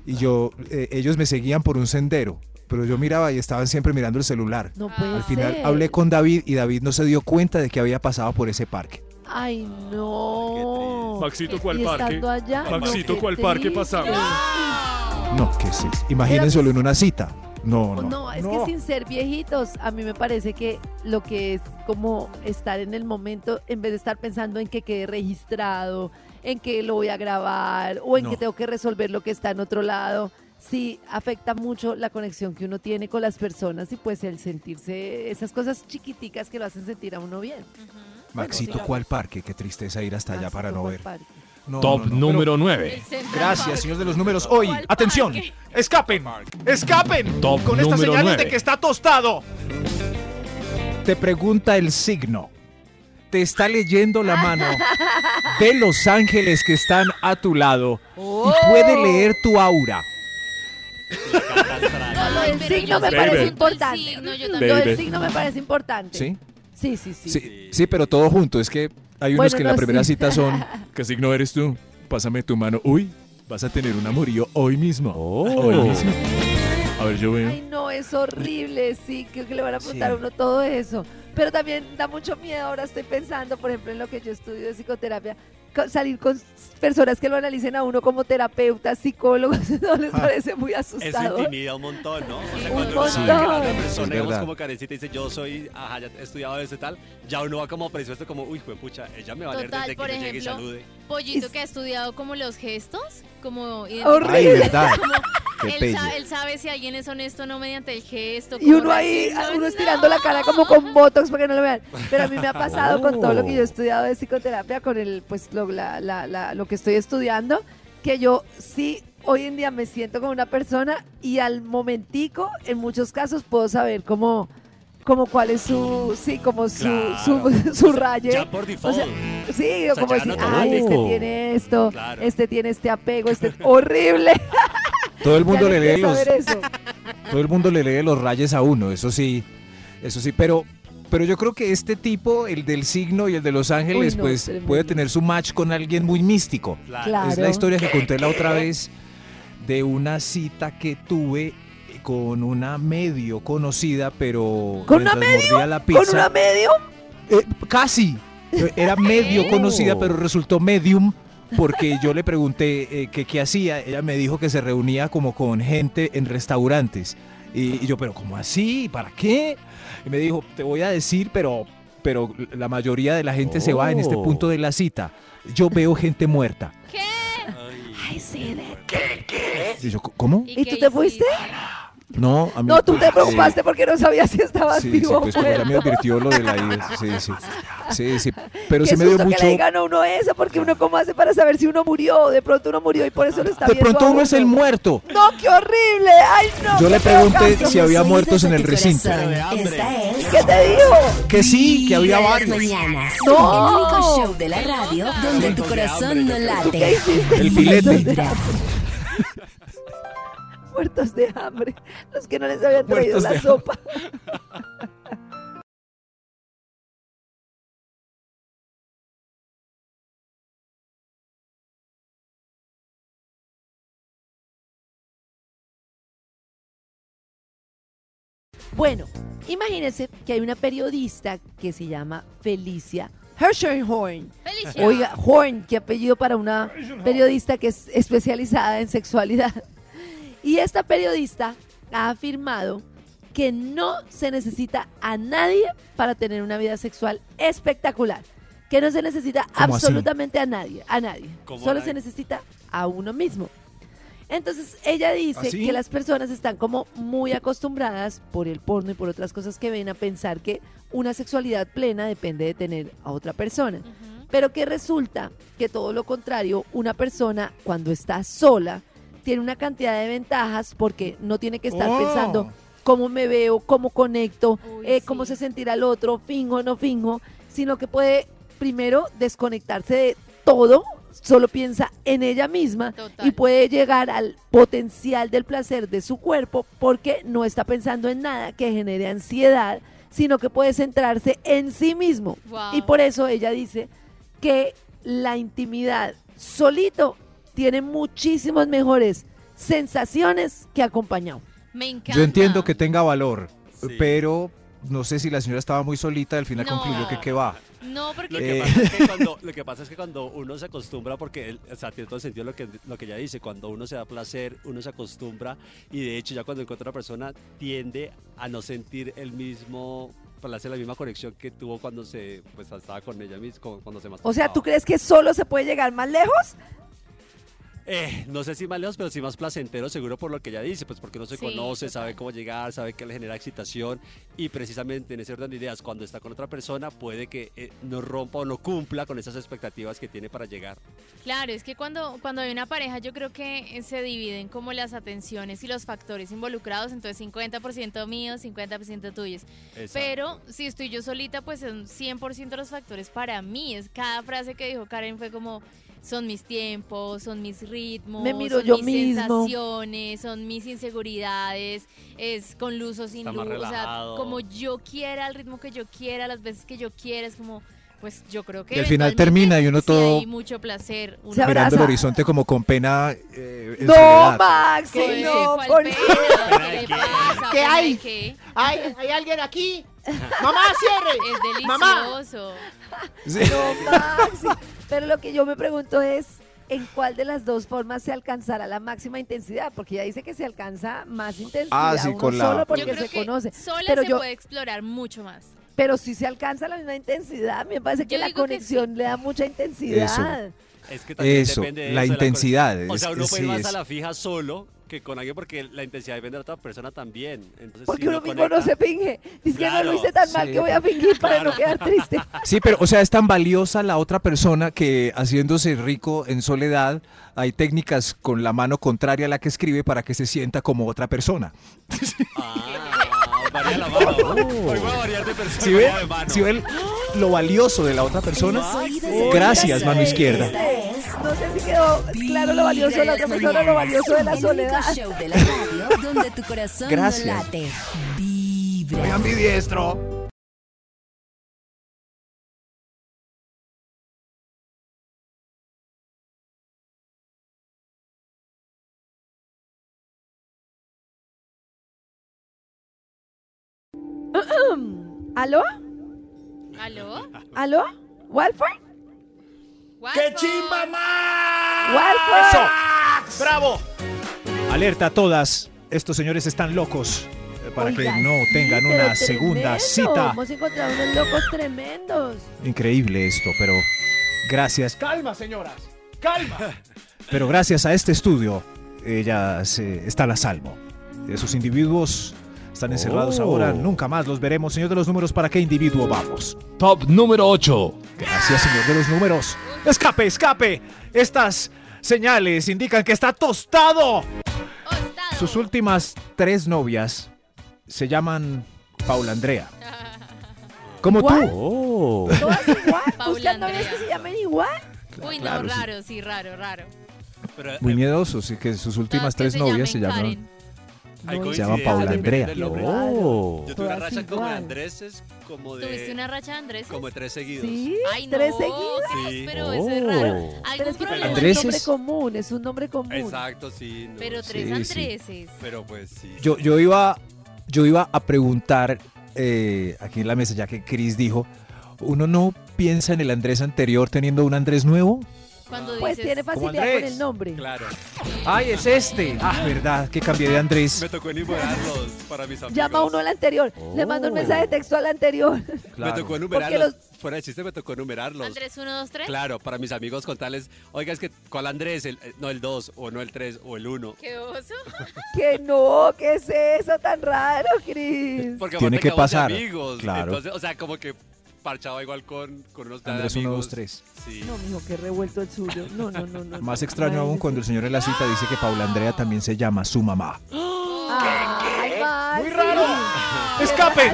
Speaker 4: Y yo, eh, ellos me seguían por un sendero, pero yo miraba y estaban siempre mirando el celular.
Speaker 3: No puede
Speaker 4: Al final
Speaker 3: ser.
Speaker 4: hablé con David y David no se dio cuenta de que había pasado por ese parque.
Speaker 3: Ay, no.
Speaker 17: Maxito, ¿cuál
Speaker 3: Y estando
Speaker 17: parque?
Speaker 3: allá, no,
Speaker 17: Maxito,
Speaker 3: qué
Speaker 17: ¿cuál parque
Speaker 3: triste.
Speaker 17: pasamos?
Speaker 4: No, ¿qué es eso? Imagínenselo en una cita. No,
Speaker 3: Pues No,
Speaker 4: no.
Speaker 3: es que sin ser viejitos, a mí me parece que lo que es como estar en el momento, en vez de estar pensando en que quede registrado, en que lo voy a grabar o en
Speaker 4: No.
Speaker 3: que tengo que resolver lo que está en otro lado, sí afecta mucho la conexión que uno tiene con las personas y pues el sentirse esas cosas chiquiticas que lo hacen sentir a uno bien.
Speaker 4: Maxito, ¿cuál parque? Qué tristeza ir hasta allá para no ver. No,
Speaker 16: Top
Speaker 4: no, no, pero-
Speaker 16: número 9.
Speaker 4: Gracias, señor de los números. Hoy, atención.
Speaker 15: Escapen. Escapen.
Speaker 16: Top
Speaker 15: Con estas
Speaker 16: número
Speaker 15: señales
Speaker 16: nueve.
Speaker 15: de que está tostado.
Speaker 4: Te pregunta el signo. Te está leyendo la mano de los ángeles que están a tu lado y puede
Speaker 3: Oh.
Speaker 4: leer tu aura.
Speaker 3: No, lo del signo me
Speaker 4: Baby.
Speaker 3: parece importante.
Speaker 4: también.
Speaker 3: Lo del
Speaker 4: Baby.
Speaker 3: signo me parece importante.
Speaker 4: ¿Sí?
Speaker 3: Sí, sí, sí.
Speaker 4: Sí, sí, pero todo junto. Es que hay unos
Speaker 3: Bueno,
Speaker 4: que en la
Speaker 3: no,
Speaker 4: primera
Speaker 3: sí.
Speaker 4: cita son. ¿Qué signo eres tú? Pásame tu mano. Uy, vas a tener un amorío hoy mismo.
Speaker 10: Uh.
Speaker 4: Hoy mismo. A ver, yo veo.
Speaker 3: Ay, no, es horrible, sí, creo que le van a apuntar
Speaker 4: Sí.
Speaker 3: a uno todo eso. Pero también da mucho miedo, ahora estoy pensando, por ejemplo, en lo que yo estudio de psicoterapia, co- salir con s- personas que lo analicen a uno como terapeutas, psicólogos, no les parece muy
Speaker 10: Eso
Speaker 3: asustador.
Speaker 10: intimida un montón, ¿no? O sea,
Speaker 3: Un
Speaker 10: cuando uno sabe que la
Speaker 3: montón.
Speaker 10: otra
Speaker 4: Es
Speaker 10: persona, digamos,
Speaker 4: verdad.
Speaker 10: como Karencita dice, yo soy, ajá, ya he estudiado eso y tal, ya uno va como presupuesto como, uy, pues pucha, ella me va a leer
Speaker 5: Total,
Speaker 10: desde
Speaker 5: por
Speaker 10: que yo llegue y
Speaker 5: ejemplo,
Speaker 10: salude.
Speaker 5: Pollito que ha estudiado como los gestos, como
Speaker 10: Ay,
Speaker 4: ¿verdad?
Speaker 5: como
Speaker 4: Qué
Speaker 5: él,
Speaker 4: pelle.
Speaker 5: sabe, él sabe si alguien es honesto o no mediante el gesto.
Speaker 3: Y
Speaker 5: como
Speaker 3: uno ahí, ah,
Speaker 5: decirlo,
Speaker 3: uno estirando la cara como con botox para que no lo vean. Pero a mí me ha pasado con todo lo que yo he estudiado de psicoterapia, con el, pues, lo, la- la- la- lo que estoy estudiando, que yo sí hoy en día me siento como una persona y al momentico, en muchos casos, puedo saber cómo, como cuál es su, sí, como su,
Speaker 10: Claro.
Speaker 3: su, su raye.
Speaker 10: ya por default.
Speaker 3: sí,
Speaker 10: O sea,
Speaker 3: como
Speaker 10: ya
Speaker 3: decir,
Speaker 10: no te
Speaker 3: ay,
Speaker 10: metes".
Speaker 3: este tiene esto,
Speaker 10: Claro.
Speaker 3: este tiene este apego, este horrible.
Speaker 4: Todo el mundo
Speaker 3: Ya
Speaker 4: le
Speaker 3: no
Speaker 4: lee
Speaker 3: quiero
Speaker 4: los,
Speaker 3: saber eso.
Speaker 4: todo el mundo le lee los rayes a uno. Eso sí, eso sí. Pero, pero yo creo que este tipo, el del signo y el de los ángeles,
Speaker 3: Uy, no,
Speaker 4: pues
Speaker 3: tremendo.
Speaker 4: puede tener su match con alguien muy místico.
Speaker 3: Claro.
Speaker 4: Es la historia que conté la otra vez de una cita que tuve con una medio conocida, pero
Speaker 3: ¿Con una
Speaker 4: mientras
Speaker 3: medio?
Speaker 4: mordía la
Speaker 3: ¿Con
Speaker 4: pizza-
Speaker 3: una medio?
Speaker 4: Eh, casi. Eh, Era medio conocida, pero resultó medium porque yo le pregunté eh, que qué hacía. Ella me dijo que se reunía como con gente en restaurantes. Y, y yo, pero ¿cómo así? ¿Para qué? Y me dijo, te voy a decir, pero, pero la mayoría de la gente se va en este
Speaker 16: Oh.
Speaker 4: punto de la cita. Yo veo gente muerta.
Speaker 3: Ay, sí, de-
Speaker 4: Y yo, ¿cómo?
Speaker 3: ¿Y tú te fuiste?
Speaker 4: No, a mí-
Speaker 3: No, tú te
Speaker 4: Sí.
Speaker 3: preocupaste porque no sabías si estabas
Speaker 4: Sí, sí,
Speaker 3: vivo.
Speaker 4: pues como
Speaker 3: muerto.
Speaker 4: ella me advirtió lo de la ida. Sí, sí. Sí, sí. Pero
Speaker 3: Qué
Speaker 4: sí me dio
Speaker 3: susto que
Speaker 4: mucho.
Speaker 3: le digan a uno eso, porque uno cómo hace para saber si uno murió, de pronto uno murió y por eso lo está
Speaker 4: De
Speaker 3: viendo
Speaker 4: pronto
Speaker 3: a
Speaker 4: uno es el muerto.
Speaker 3: No, qué horrible. Ay, no.
Speaker 4: Yo
Speaker 3: qué
Speaker 4: le pregunté
Speaker 3: provocación.
Speaker 4: si había muertos en el recinto.
Speaker 3: ¿Y ¿Qué te dijo?
Speaker 4: Que sí, que había
Speaker 2: Vibra en las
Speaker 4: varios.
Speaker 2: mañanas.
Speaker 3: No.
Speaker 2: El único show de la radio donde tu corazón no late.
Speaker 4: El filete.
Speaker 2: Vibra.
Speaker 3: Muertos de hambre. Los que no les habían traído
Speaker 4: Muertos de
Speaker 3: la
Speaker 4: hambre.
Speaker 3: sopa. Bueno, imagínense que hay una periodista que se llama Felicia Hershenhorn.
Speaker 5: Felicia.
Speaker 3: Oiga, Horn, qué apellido para una periodista que es especializada en sexualidad. Y esta periodista ha afirmado que no se necesita a nadie para tener una vida sexual espectacular. Que no se necesita
Speaker 16: ¿Cómo así?
Speaker 3: absolutamente a nadie, a nadie.
Speaker 16: ¿Cómo
Speaker 3: Solo
Speaker 16: a
Speaker 3: se
Speaker 16: nadie?
Speaker 3: necesita a uno mismo. Entonces ella dice
Speaker 16: ¿Así?
Speaker 3: que las personas están como muy acostumbradas por el porno y por otras cosas que ven a pensar que una sexualidad plena depende de tener a otra persona. Pero que resulta que todo lo contrario, una persona cuando está sola tiene una cantidad de ventajas porque no tiene que estar
Speaker 16: Oh.
Speaker 3: pensando cómo me veo, cómo conecto, eh, cómo se sentirá el otro, fingo, no fingo, sino que puede primero desconectarse de todo, solo piensa en ella misma y puede llegar al potencial del placer de su cuerpo porque no está pensando en nada que genere ansiedad, sino que puede centrarse en sí mismo.
Speaker 16: Wow.
Speaker 3: Y por eso ella dice que la intimidad solito tiene muchísimas mejores sensaciones que acompañado.
Speaker 5: Me encanta.
Speaker 4: Yo entiendo que tenga valor, pero no sé si la señora estaba muy solita, al final
Speaker 5: No.
Speaker 4: concluyó que qué va.
Speaker 5: No, porque-
Speaker 10: Lo que,
Speaker 4: Eh.
Speaker 10: pasa es que cuando, lo que pasa es que cuando uno se acostumbra, porque él, o sea, tiene todo el sentido lo que, lo que ella dice, cuando uno se da placer, uno se acostumbra y de hecho ya cuando encuentra a una persona tiende a no sentir el mismo placer, la misma conexión que tuvo cuando se pues, estaba con ella misma, como cuando se masturbaba.
Speaker 3: O sea, ¿tú crees que solo se puede llegar más lejos?
Speaker 10: Eh, no sé si más lejos, pero sí más placentero, seguro por lo que ella dice, pues porque uno se
Speaker 6: Sí,
Speaker 10: conoce, sabe cómo llegar, sabe qué le genera excitación y precisamente en ese orden de ideas, cuando está con otra persona, puede que eh, no rompa o no cumpla con esas expectativas que tiene para llegar.
Speaker 5: Claro, es que cuando, cuando hay una pareja yo creo que eh, se dividen como las atenciones y los factores involucrados, entonces 50% mío, 50% tuyos.
Speaker 16: Exacto.
Speaker 5: Pero si estoy yo solita, pues son 100% los factores para mí. Es cada frase que dijo Karen fue como son mis tiempos, son mis ritmos,
Speaker 3: Me miro
Speaker 5: son
Speaker 3: yo
Speaker 5: mis
Speaker 3: mismo.
Speaker 5: sensaciones, son mis inseguridades, es con luz o sin
Speaker 10: Está más
Speaker 5: luz, o sea,
Speaker 10: relajado.
Speaker 5: como yo quiera, al ritmo que yo quiera, las veces que yo quiera, es como pues yo creo que
Speaker 4: Y al final
Speaker 5: eventualmente
Speaker 4: termina y uno
Speaker 5: sí
Speaker 4: todo
Speaker 5: hay mucho placer, uno
Speaker 4: Mirando el horizonte como con pena. eh, en
Speaker 3: No,
Speaker 4: soledad.
Speaker 3: Maxi,
Speaker 5: ¿Qué?
Speaker 3: no.
Speaker 5: ¿Cuál
Speaker 3: por-
Speaker 5: pena? ¿Qué le pasa?
Speaker 17: ¿Qué
Speaker 5: ¿Pena
Speaker 17: hay?
Speaker 5: de qué?
Speaker 17: ¿Hay, hay alguien aquí? ¡Mamá, cierre!
Speaker 5: Es
Speaker 17: ¡Mamá!
Speaker 5: delicioso.
Speaker 3: No, Maxi. Pero lo que yo me pregunto es, ¿en cuál de las dos formas se alcanzará la máxima intensidad? Porque ella dice que se alcanza más intensidad
Speaker 4: Ah, sí,
Speaker 3: uno
Speaker 4: con la-
Speaker 3: solo
Speaker 4: Yo
Speaker 3: porque
Speaker 5: Yo creo
Speaker 3: se
Speaker 5: que
Speaker 3: conoce.
Speaker 5: sola
Speaker 3: Pero
Speaker 5: se
Speaker 3: yo,
Speaker 5: puede explorar mucho más.
Speaker 3: pero si se alcanza la misma intensidad, me parece que
Speaker 5: Yo
Speaker 3: la
Speaker 5: digo que
Speaker 3: conexión le da mucha intensidad.
Speaker 10: Es que también
Speaker 4: Eso,
Speaker 10: depende de
Speaker 4: la
Speaker 10: eso, de conexión.
Speaker 4: intensidad,
Speaker 10: o sea,
Speaker 4: es-
Speaker 10: uno
Speaker 4: es-
Speaker 10: puede
Speaker 4: sí,
Speaker 10: ir más a
Speaker 4: es-
Speaker 10: la fija solo que con alguien porque la intensidad depende de la otra persona también. Entonces,
Speaker 3: Porque
Speaker 10: si
Speaker 3: uno
Speaker 10: no
Speaker 3: mismo no se
Speaker 10: conecta-
Speaker 3: finge. Dice que no
Speaker 10: Claro,
Speaker 3: lo hice tan mal
Speaker 10: sí.
Speaker 3: que voy a fingir para no quedar triste.
Speaker 4: Sí, pero o sea, es tan valiosa la otra persona que haciéndose rico en soledad, hay técnicas con la mano contraria a la que escribe para que se sienta como otra persona.
Speaker 10: Ah, varía la mano. Hoy voy a variar de persona.
Speaker 4: Si Oh. ve,
Speaker 10: varía de mano.
Speaker 4: si ve lo valioso de la otra persona,
Speaker 10: oídos
Speaker 4: gracias,
Speaker 10: escuchan
Speaker 4: mano
Speaker 10: el
Speaker 4: izquierda.
Speaker 3: No sé si quedó claro lo valioso de la otra persona, lo valioso de la
Speaker 2: El único
Speaker 3: soledad.
Speaker 2: show de la radio donde tu corazón
Speaker 4: Gracias.
Speaker 2: no late.
Speaker 4: Soy ambidiestro.
Speaker 3: ¿Aló?
Speaker 5: ¿Aló?
Speaker 3: ¿Aló? ¿Walford?
Speaker 5: ¡Qué
Speaker 15: chimba,
Speaker 3: ¡Walford!
Speaker 15: Max! ¡Bravo!
Speaker 4: Alerta a todas, estos señores están locos eh, para
Speaker 3: Oiga,
Speaker 4: que no
Speaker 3: sí,
Speaker 4: tengan
Speaker 3: pero
Speaker 4: una segunda
Speaker 3: tremendo.
Speaker 4: cita.
Speaker 3: Hemos encontrado unos locos tremendos.
Speaker 4: Increíble esto, pero gracias,
Speaker 15: Calma, señoras. Calma.
Speaker 4: pero gracias a este estudio ellas eh, están a salvo. Esos individuos están encerrados
Speaker 18: Oh.
Speaker 4: ahora, nunca más los veremos. Señor de los números, ¿para qué individuo vamos?
Speaker 18: Top número 8.
Speaker 4: Gracias, señor de los números. Escape, escape. Estas señales indican que está tostado. Sus últimas tres novias se llaman Paula Andrea. Como
Speaker 3: ¿What?
Speaker 4: tú.
Speaker 3: ¿Buscando novias que se llamen igual?
Speaker 5: Uy, no,
Speaker 4: Claro, sí.
Speaker 5: raro, sí. raro, raro.
Speaker 10: eh,
Speaker 4: Muy miedosos y que sus últimas tres novias se llaman,
Speaker 10: Hay
Speaker 4: se llaman Paula Andrea.
Speaker 10: coincidencia, depende del nombre.
Speaker 4: Oh.
Speaker 10: Yo tuve una
Speaker 5: Todas
Speaker 10: racha como de
Speaker 5: igual.
Speaker 10: Andrés, es como de...
Speaker 5: ¿Tuviste una racha, Andrés?
Speaker 10: Como de tres seguidos.
Speaker 3: Sí,
Speaker 5: Ay, no,
Speaker 3: tres seguidas.
Speaker 10: Sí.
Speaker 5: pero eso es raro.
Speaker 10: Oh.
Speaker 5: Algún
Speaker 3: Pero es que
Speaker 5: problema.
Speaker 3: es un nombre común, es un nombre común.
Speaker 10: Exacto, sí. no,
Speaker 5: Pero
Speaker 10: sí.
Speaker 5: tres
Speaker 4: Sí, sí.
Speaker 5: Andreses.
Speaker 10: Pero pues sí.
Speaker 4: Yo, yo iba, yo iba a preguntar eh, aquí en la mesa, ya que Chris dijo, ¿uno no piensa en el Andrés anterior teniendo un Andrés nuevo?
Speaker 3: pues tiene facilidad con el nombre.
Speaker 10: Claro.
Speaker 4: ¡Ay, es este! Ah, verdad, que cambié de Andrés.
Speaker 10: Me tocó enumerarlos para mis amigos.
Speaker 3: Llama uno al anterior, le manda
Speaker 17: Oh.
Speaker 3: un mensaje de texto al anterior.
Speaker 10: Me tocó
Speaker 3: Porque
Speaker 10: enumerarlos.
Speaker 3: los-
Speaker 10: Fuera de chiste, me tocó enumerarlos.
Speaker 5: Andrés 1, 2, 3.
Speaker 10: Claro, para mis amigos contarles, oiga, es que, ¿cuál Andrés? El- eh, no el 2, o no el 3, o el 1.
Speaker 5: Qué oso.
Speaker 3: Que no, ¿qué es eso tan raro, Cris?
Speaker 10: Porque
Speaker 4: Tiene
Speaker 10: aparte
Speaker 4: que
Speaker 10: acabamos de
Speaker 4: pasar,
Speaker 10: amigos.
Speaker 4: claro.
Speaker 10: Entonces, o sea, como que parchaba igual con, con unos tan
Speaker 4: Andrés uno,
Speaker 10: amigos.
Speaker 4: dos, tres.
Speaker 10: Sí.
Speaker 3: No, mijo, qué revuelto el suyo. No, no, no, no.
Speaker 4: Más
Speaker 3: no.
Speaker 4: extraño aún cuando el señor en la cita dice que Paula Andrea también se llama su mamá.
Speaker 3: Ay, Maxi.
Speaker 15: ¡Muy raro! ¡Escapen!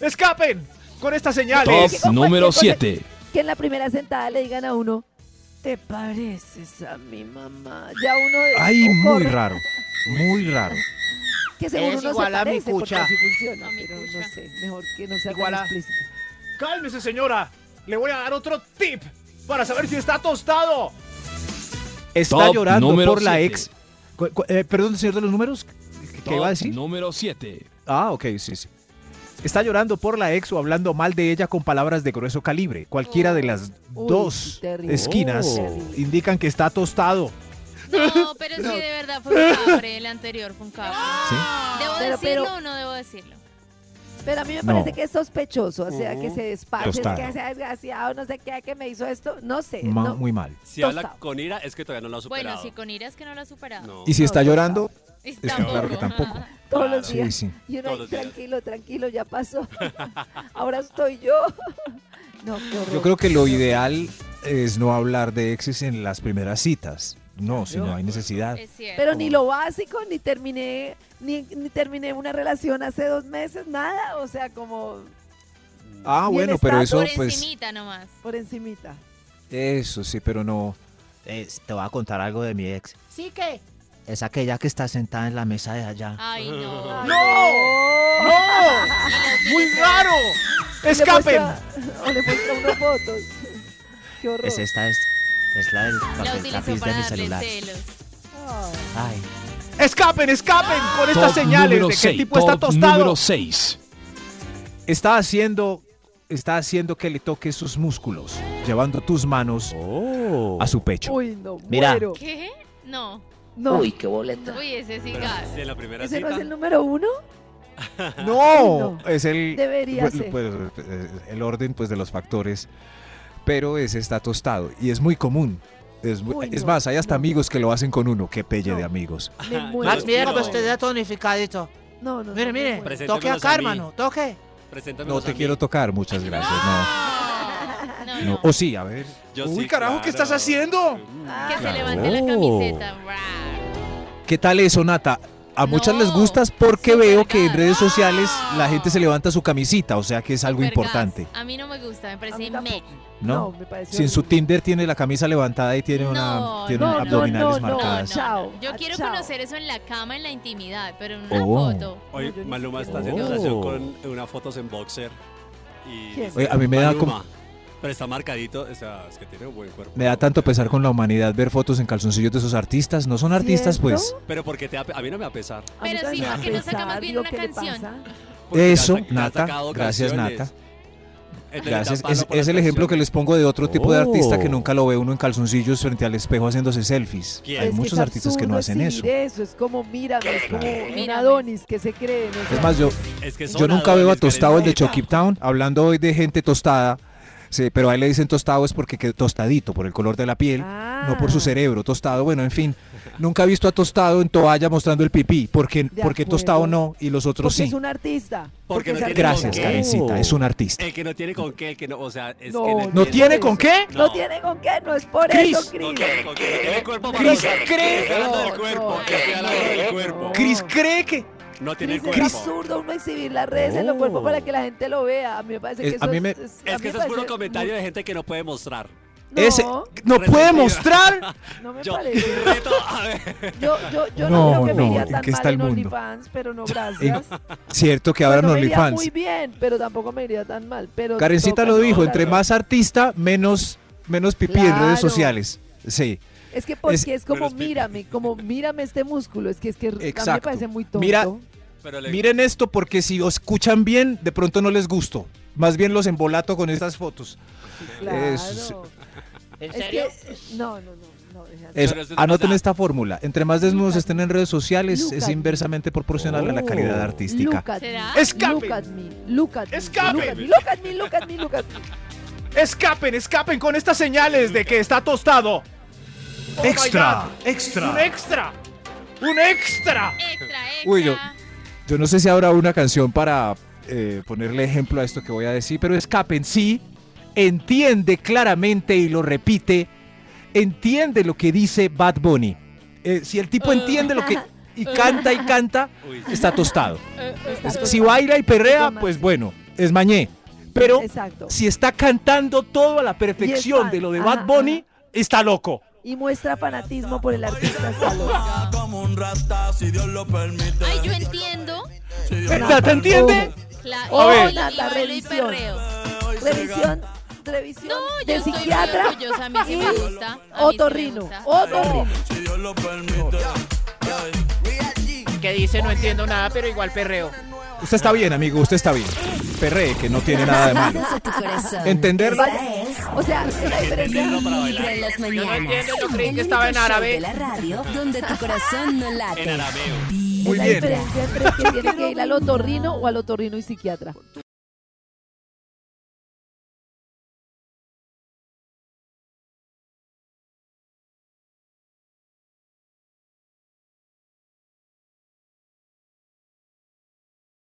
Speaker 15: ¡Escapen! Con estas señales.
Speaker 3: Top número siete. Que en la primera sentada le digan a uno, ¿te pareces a mi mamá? Ya uno.
Speaker 4: ¡Ay,
Speaker 3: o
Speaker 4: muy
Speaker 3: corre,
Speaker 4: raro! Muy raro.
Speaker 3: Que seguro
Speaker 17: Es
Speaker 3: uno
Speaker 17: igual
Speaker 3: se
Speaker 17: a mi
Speaker 3: parece, porque
Speaker 17: cucha.
Speaker 3: así funciona, pero no sé, mejor que no sea tan
Speaker 15: Igual a-
Speaker 3: explícito.
Speaker 15: Cálmese, señora. Le voy a dar otro tip para saber si está tostado.
Speaker 4: Está
Speaker 16: Top
Speaker 4: llorando
Speaker 16: número
Speaker 4: por la
Speaker 16: siete.
Speaker 4: ex. Cu- cu- eh, perdón, señor de los números, ¿qué
Speaker 16: Top
Speaker 4: iba a decir?
Speaker 16: Número 7.
Speaker 4: Ah, ok, sí, sí. Está llorando por la ex o hablando mal de ella con palabras de grueso calibre. Cualquiera de las
Speaker 3: Uy,
Speaker 4: dos
Speaker 3: terrible.
Speaker 4: esquinas
Speaker 3: Terrible.
Speaker 4: indican que está tostado.
Speaker 5: No, pero sí, de verdad fue un cabre. El anterior fue un cabre.
Speaker 4: ¿Sí?
Speaker 5: ¿Debo
Speaker 3: Pero-
Speaker 5: decirlo
Speaker 3: pero-
Speaker 5: o no debo decirlo?
Speaker 3: Pero a mí me
Speaker 4: No.
Speaker 3: parece que es sospechoso, o sea, que
Speaker 4: Ujú.
Speaker 3: se despache,
Speaker 4: Tostado.
Speaker 3: que sea desgraciado, no sé qué, que me hizo esto, no sé.
Speaker 4: Ma-
Speaker 3: no.
Speaker 4: Muy mal.
Speaker 10: Si
Speaker 3: Tostado.
Speaker 10: habla con ira, es que todavía no lo ha superado.
Speaker 5: Bueno, si con ira es que no lo ha superado.
Speaker 4: Y si está llorando,
Speaker 5: Es
Speaker 4: es que claro que
Speaker 5: tampoco.
Speaker 4: tampoco.
Speaker 3: Todos los
Speaker 4: Sí,
Speaker 3: días.
Speaker 4: sí.
Speaker 3: Y uno
Speaker 10: Todos
Speaker 3: ahí,
Speaker 10: los días.
Speaker 3: tranquilo, tranquilo, ya pasó. Ahora estoy yo. no, qué horror.
Speaker 4: Yo creo que lo ideal es no hablar de exes en las primeras citas. No, si no hay necesidad.
Speaker 5: Es cierto.
Speaker 3: Pero ni lo básico, ni terminé, ni, ni terminé una relación hace dos meses, nada. O sea, como Ni
Speaker 4: Ah,
Speaker 3: el
Speaker 4: bueno, pero eso
Speaker 5: Por
Speaker 4: pues...
Speaker 5: encimita nomás.
Speaker 3: por encimita.
Speaker 4: Eso sí, pero no... te voy a contar algo de mi ex.
Speaker 17: Sí que.
Speaker 4: Es aquella que está sentada en la mesa de
Speaker 15: Ah.
Speaker 4: allá.
Speaker 5: Ay, no.
Speaker 3: Ah.
Speaker 15: ¡No! ¡No! ¡Muy raro! ¡Escapen!
Speaker 3: O le muestra unas fotos. Qué horror.
Speaker 4: esta, es, es la del
Speaker 5: La utilizó para darle celos.
Speaker 4: Ay.
Speaker 15: ¡Escapen, escapen!
Speaker 5: Ah.
Speaker 15: Con estas señales de que el tipo está tostado.
Speaker 16: 6.
Speaker 4: Está haciendo, está haciendo que le toque sus músculos, llevando tus manos a su pecho.
Speaker 3: Uy, no,
Speaker 4: Mira.
Speaker 3: muero.
Speaker 5: ¿Qué? No.
Speaker 3: No.
Speaker 4: qué boleta.
Speaker 5: Uy, ese sí gas.
Speaker 10: Si en la primera
Speaker 3: ¿Ese no es
Speaker 10: cita.
Speaker 3: el número uno?
Speaker 4: No, es el
Speaker 3: Debería
Speaker 4: pues,
Speaker 3: ser.
Speaker 4: pues, eh, el orden pues de los factores, pero ese está tostado y es muy común. Es, mu-
Speaker 17: Uy,
Speaker 4: es
Speaker 17: no,
Speaker 4: más, hay hasta amigos que lo hacen con uno, qué pelle de amigos.
Speaker 3: Me muero.
Speaker 17: Max, mira
Speaker 10: no.
Speaker 17: cómo usted da tonificadito.
Speaker 3: No, no,
Speaker 17: Mire,
Speaker 3: no, me
Speaker 17: mire.
Speaker 3: muero.
Speaker 10: Preséntemelos
Speaker 17: Toque
Speaker 10: a
Speaker 17: acá,
Speaker 10: mí.
Speaker 17: hermano. Toque.
Speaker 10: Preséntamelo
Speaker 4: No te
Speaker 10: a mí.
Speaker 4: quiero tocar, muchas gracias. No,
Speaker 5: No,
Speaker 4: no.
Speaker 5: no.
Speaker 4: O sí, a ver.
Speaker 10: Yo
Speaker 15: Uy,
Speaker 10: sí,
Speaker 15: carajo, ¿qué
Speaker 10: claro.
Speaker 15: estás haciendo?
Speaker 5: Que se
Speaker 4: Claro.
Speaker 5: levante la camiseta. Rar.
Speaker 4: ¿Qué tal eso, Nata? A muchas les gustas porque veo que en redes sociales la gente se levanta su camisita, o sea que es algo
Speaker 5: Super
Speaker 4: importante.
Speaker 5: gas. A mí no me gusta, me
Speaker 3: A mí
Speaker 5: parece me.
Speaker 3: tampoco.
Speaker 4: ¿no?
Speaker 3: me parece
Speaker 4: Si en su
Speaker 3: horrible.
Speaker 4: Tinder tiene la camisa levantada y tiene,
Speaker 5: No,
Speaker 4: una, tiene
Speaker 5: no,
Speaker 4: un-
Speaker 5: no,
Speaker 4: abdominales
Speaker 3: no, no,
Speaker 4: marcadas.
Speaker 3: Chao.
Speaker 5: Yo
Speaker 3: Ah,
Speaker 5: quiero
Speaker 3: chao.
Speaker 5: conocer eso en la cama, en la intimidad, pero en una
Speaker 4: Oh.
Speaker 5: foto.
Speaker 10: Hoy
Speaker 3: No, yo ni
Speaker 10: Maluma está
Speaker 4: siquiera.
Speaker 10: haciendo
Speaker 4: Oh.
Speaker 10: relación con eh, unas fotos en boxer. Y
Speaker 3: ¿Quién?
Speaker 4: Oye, a mí me da
Speaker 10: Maluma.
Speaker 4: como-
Speaker 10: Pero está marcadito, o sea, es que tiene un buen cuerpo.
Speaker 4: Me da tanto pesar con la humanidad ver fotos en calzoncillos de esos artistas. No son artistas, pues.
Speaker 10: Pero porque te da pe- a mí no me va a pesar.
Speaker 3: A mí
Speaker 5: Pero
Speaker 3: también
Speaker 5: sí,
Speaker 3: me da
Speaker 5: porque no saca más
Speaker 3: pesar,
Speaker 5: bien
Speaker 3: digo,
Speaker 5: una
Speaker 3: ¿qué le
Speaker 5: canción?
Speaker 3: pasa?
Speaker 10: Porque
Speaker 4: Eso,
Speaker 10: ya sa- ya ha
Speaker 4: Nata.
Speaker 10: sacado
Speaker 4: Gracias,
Speaker 10: canciones.
Speaker 4: Nata.
Speaker 10: Entonces,
Speaker 4: Gracias.
Speaker 10: da palo
Speaker 4: Es,
Speaker 10: por las
Speaker 4: es el ejemplo que
Speaker 10: canciones.
Speaker 4: les pongo de otro tipo de artista que
Speaker 16: Oh.
Speaker 4: nunca lo ve uno en calzoncillos frente al espejo haciéndose selfies.
Speaker 10: ¿Quién?
Speaker 4: Hay
Speaker 3: Es que
Speaker 4: muchos
Speaker 3: es
Speaker 4: artistas que no
Speaker 3: absurdo
Speaker 4: hacen eso.
Speaker 3: exhibir eso. Es como, mírame, es como un
Speaker 5: Mírame.
Speaker 3: Adonis que se cree. no sé.
Speaker 4: Es más, yo,
Speaker 10: Es que son
Speaker 4: yo nunca veo a
Speaker 10: adoles,
Speaker 4: Tostado el de
Speaker 10: Karencita.
Speaker 4: Chucky Town hablando hoy de gente tostada. Sí, pero a él le dicen tostado es porque quedó tostadito por el color de la piel, no por su
Speaker 3: Ah.
Speaker 4: cerebro, tostado, bueno, en fin. Nunca he visto a tostado en toalla mostrando el pipí, porque,
Speaker 3: De
Speaker 4: porque tostado
Speaker 3: acuerdo.
Speaker 4: no y los
Speaker 3: Porque
Speaker 4: otros
Speaker 3: es
Speaker 4: sí.
Speaker 3: un artista.
Speaker 10: Porque no
Speaker 3: es
Speaker 10: tiene
Speaker 3: artista.
Speaker 4: Gracias,
Speaker 10: ¿Qué?
Speaker 4: Karencita, es un artista.
Speaker 10: El que no tiene con qué, el que no, o sea, es
Speaker 3: No,
Speaker 10: que
Speaker 3: no
Speaker 10: eh,
Speaker 3: tiene
Speaker 4: con qué?
Speaker 3: No
Speaker 10: No.
Speaker 3: tiene con qué, no es por
Speaker 4: Cris,
Speaker 3: eso,
Speaker 10: No
Speaker 3: Cris.
Speaker 10: tiene con qué, no tiene cuerpo para
Speaker 4: Cris,
Speaker 10: usar.
Speaker 4: ¿crees?
Speaker 10: Estoy hablando del
Speaker 3: No,
Speaker 10: cuerpo,
Speaker 3: no,
Speaker 10: estoy hablando del cuerpo.
Speaker 4: Cris cree que...
Speaker 10: No tiene
Speaker 3: Cris,
Speaker 10: el
Speaker 3: es
Speaker 10: cuerpo.
Speaker 3: absurdo uno exhibir las redes en los cuerpos para que la gente lo vea. A mí me parece que
Speaker 4: Oh. Es-
Speaker 3: eso
Speaker 4: a mí me-
Speaker 10: Es que
Speaker 3: a mí
Speaker 10: eso
Speaker 3: me
Speaker 10: es puro
Speaker 3: parece
Speaker 10: comentario de gente que no puede mostrar.
Speaker 3: muy-
Speaker 4: Ese,
Speaker 3: No,
Speaker 4: no puede
Speaker 10: Resentida.
Speaker 4: mostrar.
Speaker 3: no me
Speaker 10: Yo
Speaker 3: parece.
Speaker 10: reto a ver.
Speaker 3: Yo, yo, yo no,
Speaker 4: No,
Speaker 3: creo que
Speaker 4: no,
Speaker 3: me iría
Speaker 4: ¿en
Speaker 3: tan
Speaker 4: qué está
Speaker 3: mal
Speaker 4: el
Speaker 3: en
Speaker 4: mundo?
Speaker 3: OnlyFans, pero no
Speaker 4: En-
Speaker 3: gracias.
Speaker 4: cierto que
Speaker 3: Pues
Speaker 4: ahora
Speaker 3: no
Speaker 4: no
Speaker 3: me iría
Speaker 4: OnlyFans.
Speaker 3: muy bien, pero tampoco me iría tan mal. Pero
Speaker 4: Karencita
Speaker 3: toca
Speaker 4: lo
Speaker 3: no
Speaker 4: dijo, entre
Speaker 3: hablar.
Speaker 4: más artista, menos, menos pipí en
Speaker 3: Claro.
Speaker 4: redes sociales. Sí.
Speaker 3: Es que porque
Speaker 4: es-
Speaker 3: es, como
Speaker 10: Pero es-
Speaker 3: mírame, como mírame este músculo. Es que es que a mí me
Speaker 4: Exacto.
Speaker 3: parece muy tonto.
Speaker 4: Mira,
Speaker 10: le-
Speaker 4: Miren esto porque si os escuchan bien, de pronto no les gusto. Más bien los embolato con estas fotos. Es-
Speaker 3: ¿En serio? no, no, no. no es así.
Speaker 4: es- anoten esta fórmula. Entre más desnudos estén en redes sociales, es
Speaker 3: Lucas.
Speaker 4: inversamente proporcional a la calidad
Speaker 3: Oh.
Speaker 4: artística.
Speaker 3: Look at me,
Speaker 15: Escape.
Speaker 3: Look at me, look at me,
Speaker 15: Escape.
Speaker 3: Look at me, look at me, look at me.
Speaker 15: Escapen, escapen con estas señales de que está tostado. Oh my
Speaker 4: Extra,
Speaker 15: God.
Speaker 4: extra.
Speaker 15: Un extra. Un extra.
Speaker 4: Uy, yo,
Speaker 5: Ah.
Speaker 4: yo no sé si habrá una canción para eh, ponerle ejemplo a esto que voy a decir, pero escapen, sí, entiende claramente y lo repite, entiende lo que dice Bad Bunny. Eh, si el
Speaker 3: Uh.
Speaker 4: tipo entiende lo que... y canta y canta, está tostado. Es- Si baila y perrea, pues bueno, es mañé. Pero
Speaker 3: Exacto.
Speaker 4: si está cantando todo a la perfección
Speaker 3: fan,
Speaker 4: de lo de
Speaker 3: ajá,
Speaker 4: Bad Bunny, está loco.
Speaker 3: Y muestra fanatismo por el artista hasta luego.
Speaker 5: Ay, yo entiendo.
Speaker 4: ¿Te te entiende?
Speaker 3: Oh.
Speaker 5: Claro.
Speaker 3: A ver.
Speaker 5: y
Speaker 3: Nata,
Speaker 5: bailo y
Speaker 3: revisión.
Speaker 5: perreo.
Speaker 3: Revisión, revisión
Speaker 5: No, yo
Speaker 3: de
Speaker 5: estoy muy
Speaker 3: psiquiatra
Speaker 5: orgullosa, a mí sí me
Speaker 3: y
Speaker 5: gusta, a mí sí me
Speaker 3: otorrino, Oh.
Speaker 5: gusta.
Speaker 3: otorrino.
Speaker 17: Que dice no entiendo nada, pero igual perreo.
Speaker 4: Usted está bien, amigo, usted está bien. Perree, que no tiene nada de malo. Entender
Speaker 3: O sea, es la diferencia.
Speaker 2: Vibra en las mañanas.
Speaker 17: entiendo, yo creí
Speaker 2: El
Speaker 17: que estaba en
Speaker 2: único show
Speaker 17: árabe.
Speaker 2: De la radio donde tu corazón no late.
Speaker 6: En arameo.
Speaker 4: Muy
Speaker 3: la
Speaker 4: bien.
Speaker 3: diferencia entre que tiene que ir al otorrino o al otorrino y psiquiatra.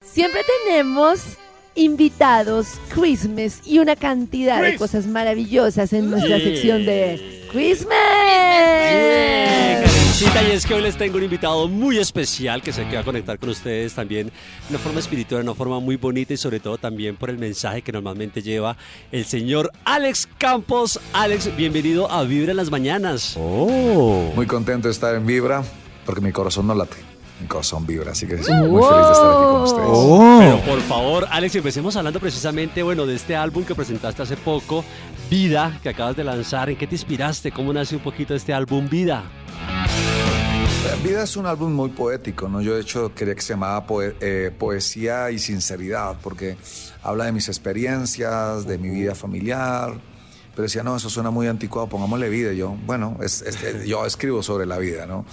Speaker 3: Siempre tenemos invitados, Christmas y una cantidad de
Speaker 17: Christmas.
Speaker 3: cosas maravillosas en nuestra
Speaker 6: Yeah.
Speaker 3: sección de Christmas.
Speaker 10: Eh, Karencita, y es que hoy les tengo un invitado muy especial que se queda a conectar con ustedes también de una forma espiritual, de una forma muy bonita y sobre todo también por el mensaje que normalmente lleva el señor Alex Campos. Alex, bienvenido a Vibra en las Mañanas.
Speaker 16: Muy contento de estar en Vibra porque mi corazón no late. Mi corazón vibra, así que muy feliz
Speaker 10: Wow.
Speaker 16: de estar aquí con ustedes.
Speaker 4: Oh.
Speaker 3: Oh.
Speaker 10: Pero por favor, Alex, empecemos hablando precisamente bueno, de este álbum que presentaste hace poco, Vida, que acabas de lanzar. ¿En qué te inspiraste? ¿Cómo nace un poquito este álbum Vida?
Speaker 16: Eh, Vida es un álbum muy poético, ¿no? Yo de hecho quería que se llamaba Poe- eh, Poesía y Sinceridad, porque habla de mis experiencias, de mi vida familiar, pero decía, no, eso suena muy anticuado, pongámosle vida. Y yo, bueno, es- es- es- yo escribo sobre la vida, ¿no?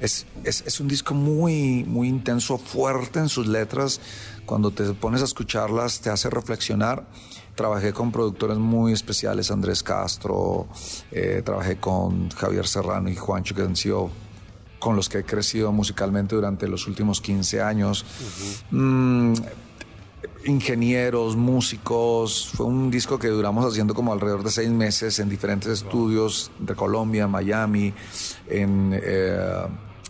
Speaker 16: Es, es- es un disco muy, muy intenso, fuerte en sus letras. Cuando te pones a escucharlas, te hace reflexionar. Trabajé con productores muy especiales, Andrés Castro, eh, trabajé con Javier Serrano y Juancho, que han sido con los que he crecido musicalmente durante los últimos 15 años. Mm, ingenieros, músicos. Fue un disco que duramos haciendo como alrededor de seis meses en diferentes estudios de Colombia, Miami, en eh,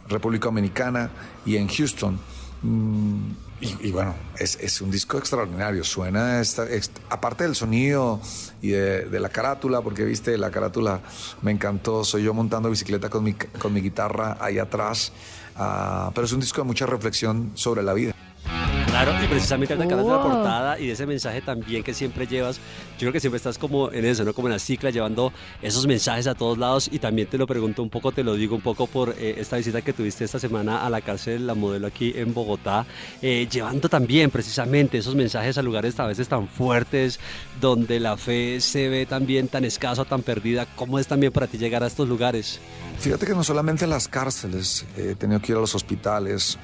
Speaker 16: República Dominicana y en Houston. Mm, y, y bueno, es, es un disco extraordinario. Suena, esta- ex- aparte del sonido y de, de la carátula, porque viste, la carátula me encantó. Soy yo montando bicicleta con mi, con mi guitarra ahí atrás. Ah, pero es un disco de mucha reflexión sobre la vida.
Speaker 10: Claro, y precisamente te acabas de la
Speaker 16: Oh.
Speaker 10: portada y de ese mensaje también que siempre llevas. Yo creo que siempre estás como en eso, ¿no? Como en la cicla, llevando esos mensajes a todos lados. Y también te lo pregunto un poco, te lo digo un poco por eh, esta visita que tuviste esta semana a la cárcel, la modelo aquí en Bogotá, eh, llevando también precisamente esos mensajes a lugares a veces tan fuertes, donde la fe se ve también tan escasa, tan perdida. ¿Cómo es también para ti llegar a estos lugares?
Speaker 16: Fíjate que no solamente a las cárceles, eh, he tenido que ir a los hospitales,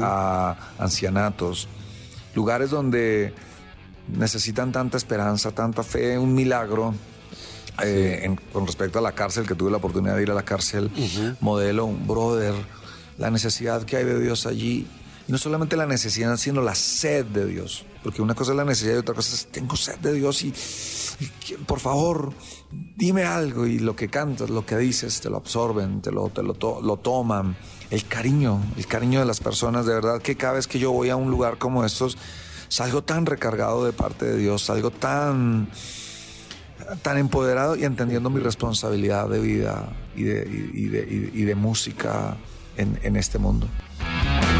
Speaker 16: a ancianatos, lugares donde necesitan tanta esperanza, tanta fe, un milagro. Eh, en- con respecto a la cárcel, que tuve la oportunidad de ir a la cárcel, modelo, un brother, la necesidad que hay de Dios allí. Y no solamente la necesidad, sino la sed de Dios. Porque una cosa es la necesidad y otra cosa es, tengo sed de Dios y, y por favor, dime algo y lo que cantas, lo que dices, te lo absorben, te lo, te lo, to- lo toman. El cariño, el cariño de las personas, de verdad que cada vez que yo voy a un lugar como estos, salgo tan recargado de parte de Dios, salgo tan, tan empoderado y entendiendo mi responsabilidad de vida y de, y- y de- y de- y de música en- en este mundo.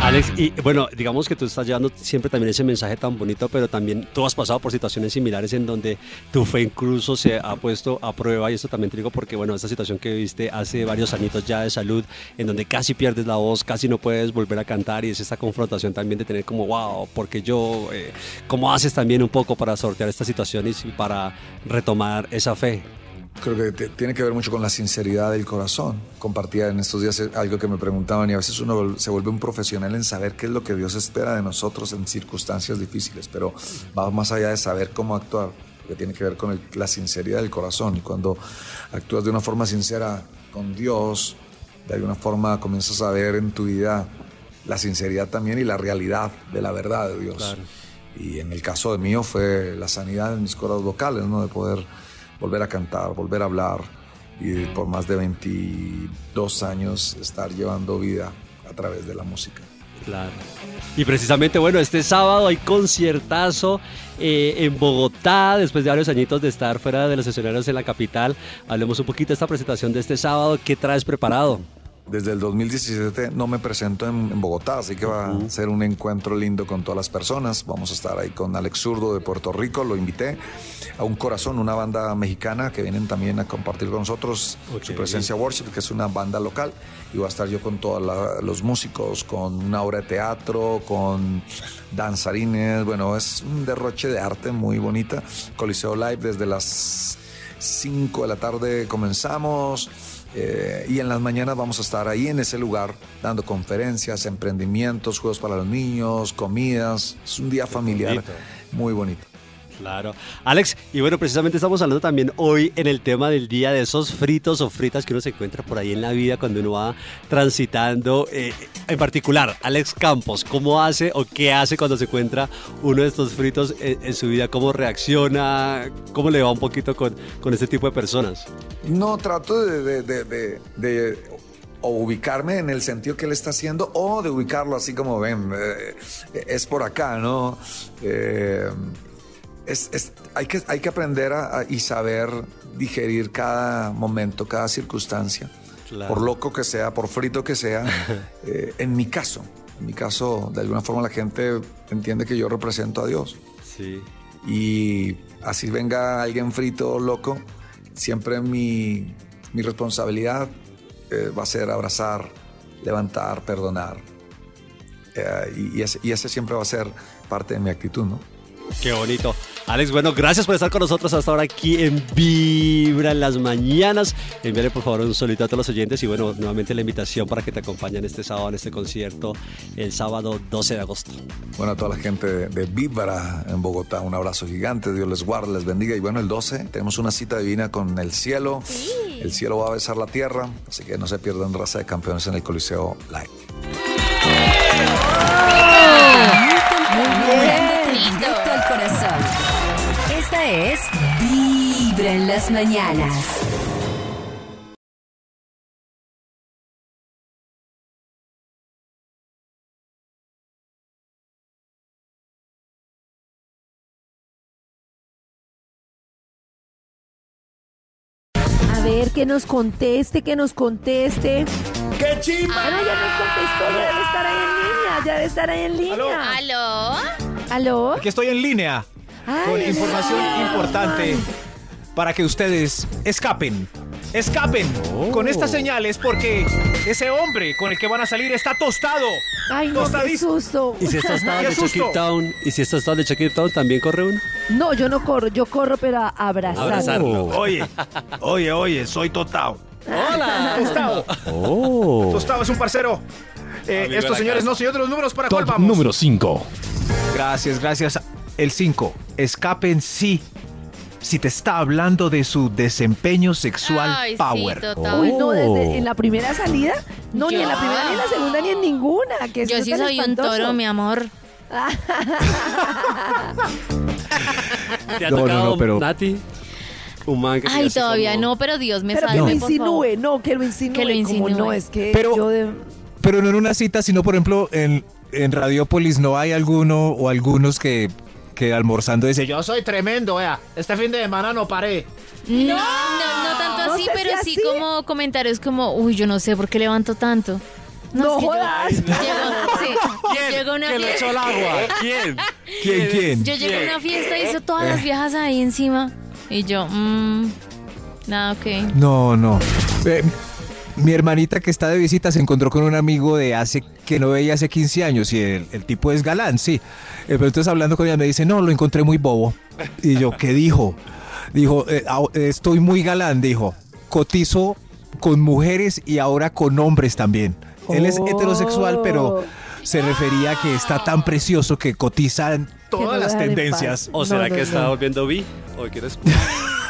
Speaker 10: Alex, y bueno, digamos que tú estás llevando siempre también ese mensaje tan bonito, pero también tú has pasado por situaciones similares en donde tu fe incluso se ha puesto a prueba, y esto también te digo porque, bueno, esta situación que viviste hace varios añitos ya de salud, en donde casi pierdes la voz, casi no puedes volver a cantar, y es esta confrontación también de tener como, wow, porque yo, eh, ¿cómo haces también un poco para sortear esta situación y si- para retomar esa fe?
Speaker 16: Creo que te- tiene que ver mucho con la sinceridad del corazón. Compartía en estos días algo que me preguntaban y a veces uno vol- se vuelve un profesional en saber qué es lo que Dios espera de nosotros en circunstancias difíciles, pero va más allá de saber cómo actuar, porque tiene que ver con el- la sinceridad del corazón. Y cuando actúas de una forma sincera con Dios, de alguna forma comienzas a ver en tu vida la sinceridad también y la realidad de la verdad de Dios.
Speaker 10: Claro.
Speaker 16: Y en el caso de mío fue la sanidad en mis cuerdas vocales, ¿no? De poder volver a cantar, volver a hablar y por más de 22 años estar llevando vida a través de la música.
Speaker 10: Claro. Y precisamente, bueno, este sábado hay conciertazo eh, en Bogotá, después de varios añitos de estar fuera de los escenarios en la capital. Hablemos un poquito de esta presentación de este sábado. ¿Qué traes preparado?
Speaker 16: Desde el 2017 no me presento en, en Bogotá, así que va a ser un encuentro lindo con todas las personas. Vamos a estar ahí con Alex Zurdo de Puerto Rico, lo invité a Un Corazón, una banda mexicana que vienen también a compartir con nosotros su presencia Worship, que es una banda local. Y voy a estar yo con todos los músicos, con una obra de teatro, con danzarines. Bueno, es un derroche de arte muy bonita. Coliseo Live desde las 5 de la tarde comenzamos eh, y en las mañanas vamos a estar ahí en ese lugar dando conferencias, emprendimientos, juegos para los niños, comidas. Es un día familiar
Speaker 10: bonito.
Speaker 16: muy bonito.
Speaker 10: Claro. Alex, y bueno, precisamente estamos hablando también hoy en el tema del día de esos fritos o fritas que uno se encuentra por ahí en la vida cuando uno va transitando. eh, en particular, Alex Campos, ¿cómo hace o qué hace cuando se encuentra uno de estos fritos eh, en, en su vida? ¿Cómo reacciona? ¿Cómo le va un poquito con, con este tipo de personas?
Speaker 16: No, trato de, de- de- de- de o ubicarme en el sentido que él está haciendo o de ubicarlo así como ven, eh, es por acá, ¿no? Eh, es- es- hay, que, hay que aprender a- a- y saber digerir cada momento, cada circunstancia,
Speaker 10: Claro.
Speaker 16: por loco que sea, por frito que sea. Eh, en mi caso, en mi caso, de alguna forma la gente entiende que yo represento a Dios
Speaker 10: Sí.
Speaker 16: y así venga alguien frito o loco, siempre mi, mi responsabilidad eh, va a ser abrazar, levantar, perdonar. Eh, y, y ese, y ese siempre va a ser parte de mi actitud, ¿no?
Speaker 10: Qué bonito. Alex, bueno, gracias por estar con nosotros hasta ahora aquí en Vibra en las Mañanas. Envíale por favor un solito a todos los oyentes y bueno, nuevamente la invitación para que te acompañen este sábado en este concierto, el sábado 12 de agosto.
Speaker 16: Bueno, a toda la gente de, de Víbara en Bogotá, un abrazo gigante, Dios les guarde, les bendiga. Y bueno, el 12 tenemos una cita divina con el cielo. El cielo va a besar la tierra, así que no se pierdan raza de campeones en el Coliseo Live.
Speaker 2: Muy bien. Directo al corazón. Esta es Vibra en las mañanas.
Speaker 3: A ver, que nos conteste, que nos conteste.
Speaker 15: ¡Qué chimba!
Speaker 3: Ah, no, ya nos contestó, ya debe estar ahí en línea, ya debe estar ahí en línea.
Speaker 5: ¿Aló?
Speaker 3: ¿Aló?
Speaker 4: Aquí estoy en línea con información importante para que ustedes escapen. Escapen con estas señales porque ese hombre con el que van a salir está tostado.
Speaker 3: Ay, no, qué
Speaker 4: Tostadísimo.
Speaker 3: susto.
Speaker 10: Y si estás tan
Speaker 4: ¡Qué
Speaker 10: de
Speaker 4: susto!
Speaker 10: Chucky Town, y si estás tan de Chucky Town, también corre uno.
Speaker 3: No, yo no corro, yo corro, pero a abrazar.
Speaker 10: Abrazarlo.
Speaker 4: Oh.
Speaker 15: Oye, oye, oye, soy Totao.
Speaker 3: Hola.
Speaker 15: Tostado. Tostado es un parcero. Eh,
Speaker 4: Oh. Amigo de la
Speaker 15: estos señores,
Speaker 4: casa.
Speaker 15: no, señor de los números, ¿para cuál
Speaker 4: Top
Speaker 15: vamos?
Speaker 4: número 5. Gracias, gracias. El 5. Escapen sí. Si te está hablando de su desempeño sexual
Speaker 5: Ay, sí,
Speaker 4: power.
Speaker 5: total.
Speaker 3: Uy, no, desde en la primera salida, no, ni en la
Speaker 5: Yo-
Speaker 3: primera, ni en la segunda, ni en ninguna. Que
Speaker 5: Yo
Speaker 3: eso
Speaker 5: sí
Speaker 3: es tan
Speaker 5: soy un
Speaker 3: espantoso.
Speaker 5: toro, mi amor.
Speaker 10: ¿Te ha
Speaker 4: No, no,
Speaker 10: tocado,
Speaker 4: no, pero-
Speaker 10: Nati? Un man que te
Speaker 5: Ay,
Speaker 10: hace
Speaker 5: todavía
Speaker 10: como-
Speaker 5: no, pero Dios me
Speaker 3: Pero que
Speaker 5: salve,
Speaker 3: lo
Speaker 5: por favor.
Speaker 3: insinúe, no, que lo insinúe.
Speaker 5: Que lo insinúe.
Speaker 3: Como no, es que
Speaker 4: Pero-
Speaker 3: yo de-
Speaker 4: Pero no en una cita, sino por ejemplo en, en Radiopolis no hay alguno o algunos que, que almorzando dice yo.
Speaker 15: soy tremendo, vea. Este fin de semana no paré.
Speaker 5: No, no, no tanto
Speaker 3: No
Speaker 5: así,
Speaker 3: sé
Speaker 5: pero
Speaker 3: si
Speaker 5: sí
Speaker 3: así.
Speaker 5: como comentarios como, uy, yo no sé por qué levanto tanto.
Speaker 3: No
Speaker 5: es que yo-
Speaker 3: jodas.
Speaker 5: Llego- sí,
Speaker 10: ¿Quién?
Speaker 5: Llegó una
Speaker 10: ¿Que le
Speaker 5: fiesta.
Speaker 10: echó el agua? ¿Quién?
Speaker 4: ¿Quién, quién?
Speaker 5: Yo llegué a una fiesta y hizo todas
Speaker 4: Eh.
Speaker 5: las viejas ahí encima. Y yo, mmm. Nada, ok.
Speaker 4: No, no. Eh, mi hermanita que está de visita se encontró con un amigo de hace que no veía hace 15 años y el, el tipo es galán, sí. Eh, pero entonces hablando con ella me dice, no, lo encontré muy bobo. Y yo, ¿qué dijo? Dijo, "Eh, au- eh, estoy muy galán, dijo. Cotizo con mujeres y ahora con hombres también. Él es
Speaker 3: Oh.
Speaker 4: heterosexual, pero se refería a que está tan precioso que cotiza en
Speaker 3: no
Speaker 4: todas
Speaker 3: lo
Speaker 4: las
Speaker 3: dejan en
Speaker 4: tendencias.
Speaker 3: paz.
Speaker 10: ¿O será
Speaker 3: no,
Speaker 10: que
Speaker 3: no.
Speaker 10: está volviendo vi? ¿O quieres?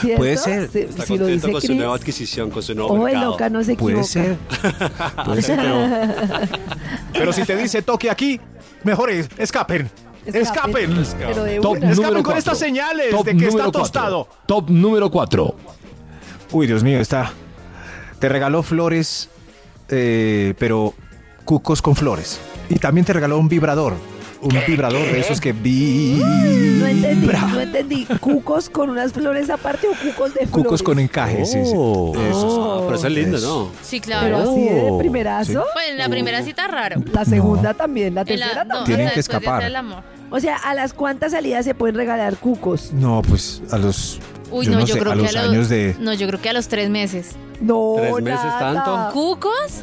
Speaker 3: ¿Cierto?
Speaker 4: Puede ser.
Speaker 3: Si,
Speaker 10: Está
Speaker 3: si lo
Speaker 10: contento
Speaker 3: dice
Speaker 10: con su
Speaker 3: Chris,
Speaker 10: nueva adquisición, con su nuevo
Speaker 3: ojo de
Speaker 10: mercado.
Speaker 3: loca no se
Speaker 4: Puede
Speaker 3: equivoca.
Speaker 4: ser. Puede ser, pero-
Speaker 15: Pero si te dice toque aquí, mejor es- escapen. Escapen.
Speaker 3: Escapen. Pero de Top una.
Speaker 15: escapen
Speaker 3: número
Speaker 15: con
Speaker 3: cuatro.
Speaker 15: estas señales
Speaker 4: Top
Speaker 15: de que está
Speaker 4: número cuatro.
Speaker 15: tostado.
Speaker 4: Top número 4. Uy, Dios mío, está. Te regaló flores, eh, pero cucos con flores. Y también te regaló un vibrador. Un vibrador de esos que vi.
Speaker 3: No entendí, no entendí. ¿Cucos con unas flores aparte o cucos de flores?
Speaker 4: Cucos con encaje, sí, sí.
Speaker 10: Oh.
Speaker 4: Esos.
Speaker 10: Ah, pero eso es lindo, ¿no?
Speaker 5: Sí,
Speaker 3: Pero
Speaker 5: claro. Uh.
Speaker 3: así
Speaker 4: Oh,
Speaker 3: de primerazo.
Speaker 5: Pues en la primera cita raro.
Speaker 3: La segunda también, la
Speaker 5: En la-
Speaker 3: tercera
Speaker 5: no, o
Speaker 3: también.
Speaker 5: sea,
Speaker 4: Tienen que
Speaker 5: después de
Speaker 4: escapar.
Speaker 5: hacer el amor.
Speaker 3: O sea, ¿a las cuantas salidas se pueden regalar cucos?
Speaker 4: No, pues a los.
Speaker 5: Uy,
Speaker 4: yo
Speaker 5: no,
Speaker 4: no
Speaker 5: yo
Speaker 4: sé,
Speaker 5: creo
Speaker 4: a
Speaker 5: que
Speaker 4: los
Speaker 5: a los,
Speaker 4: años de.
Speaker 5: No, yo creo que a los tres meses.
Speaker 3: No,
Speaker 10: ¿Tres meses
Speaker 3: nada.
Speaker 10: tanto?
Speaker 5: ¿Cucos?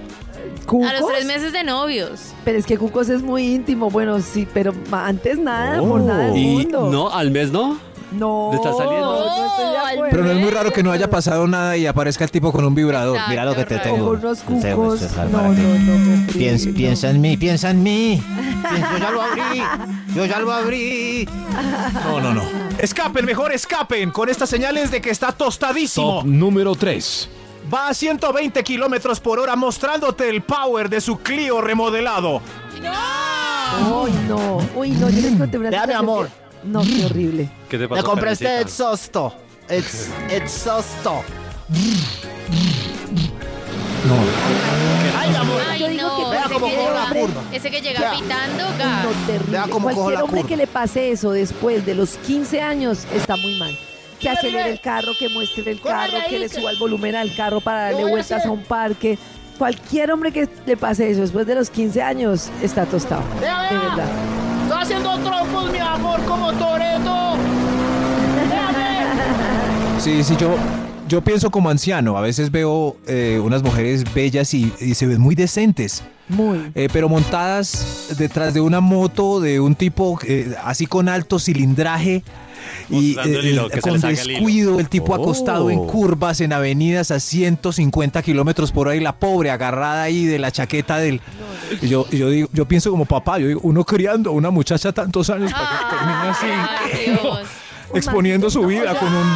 Speaker 3: ¿Cucos?
Speaker 5: A los tres meses de novios.
Speaker 3: Pero es que cucos es muy íntimo. Bueno, sí, pero antes nada,
Speaker 4: Oh.
Speaker 3: por nada del
Speaker 10: Y
Speaker 3: mundo.
Speaker 10: no, al mes no.
Speaker 3: No,
Speaker 10: ¿Te está saliendo?
Speaker 3: no estoy de acuerdo.
Speaker 4: Pero no es muy raro que no haya pasado nada y aparezca el tipo con un vibrador.
Speaker 5: Exacto,
Speaker 4: Mira lo que te
Speaker 5: raro.
Speaker 4: tengo.
Speaker 3: Con unos
Speaker 4: No sé,
Speaker 3: cucos.
Speaker 4: pues, César,
Speaker 3: No,
Speaker 4: ¿para
Speaker 3: no,
Speaker 4: qué?
Speaker 3: no,
Speaker 4: Piensa,
Speaker 3: no.
Speaker 4: piensa en mí, piensa en mí. Yo ya lo abrí. Yo ya lo abrí. No, no, no.
Speaker 15: Escapen, mejor escapen con estas señales de que está tostadísimo.
Speaker 18: número 3.
Speaker 15: Va a 120 kilómetros por hora mostrándote el power de su Clio remodelado.
Speaker 3: Uy, no. Uy, no, yo les conté una
Speaker 17: Ya, mi
Speaker 3: situación
Speaker 17: amor.
Speaker 3: que- No, qué horrible.
Speaker 10: ¿Qué te
Speaker 17: Le
Speaker 10: pasó?
Speaker 17: compré este
Speaker 10: Karencita?
Speaker 17: exhausto. Ex- Exhausto. Ay, mi amor.
Speaker 5: Ay,
Speaker 3: Yo digo
Speaker 5: no,
Speaker 3: que
Speaker 5: ese,
Speaker 17: cómo
Speaker 5: que
Speaker 17: cojo la
Speaker 5: llega,
Speaker 17: curva.
Speaker 5: ese que llega
Speaker 17: Ya.
Speaker 5: pitando,
Speaker 3: No,
Speaker 5: gas.
Speaker 3: terrible.
Speaker 17: Vea cómo cojo
Speaker 3: Cualquier
Speaker 17: la
Speaker 3: hombre
Speaker 17: curva.
Speaker 3: que le pase eso después de los 15 años está muy mal. Que acelere el carro, que muestre el
Speaker 17: Córrele
Speaker 3: carro,
Speaker 17: ahí,
Speaker 3: que le
Speaker 17: que-
Speaker 3: suba el volumen al carro para
Speaker 17: Yo
Speaker 3: darle
Speaker 17: voy a
Speaker 3: vueltas
Speaker 17: hacer-
Speaker 3: a un parque. Cualquier hombre que le pase eso después de los 15 años está tostado.
Speaker 17: Vea,
Speaker 3: De
Speaker 17: vea.
Speaker 3: verdad.
Speaker 17: Estoy haciendo troncos, mi amor, como Toreto.
Speaker 4: Sí, sí, yo, yo pienso como anciano. A veces veo eh, unas mujeres bellas y, y se ven muy decentes,
Speaker 3: Muy.
Speaker 4: eh, pero montadas detrás de una moto de un tipo eh, así con alto cilindraje. Y eh,
Speaker 10: Mostrando el hilo, que se
Speaker 4: con
Speaker 10: le salga el hilo.
Speaker 4: descuido, el tipo
Speaker 10: Oh.
Speaker 4: acostado en curvas, en avenidas a 150 kilómetros por ahí, la pobre agarrada ahí de la chaqueta del. Y yo, y yo, digo, yo pienso como papá, yo digo, uno criando a una muchacha tantos años para que termine así.
Speaker 5: Ay, Dios.
Speaker 4: exponiendo su vida con un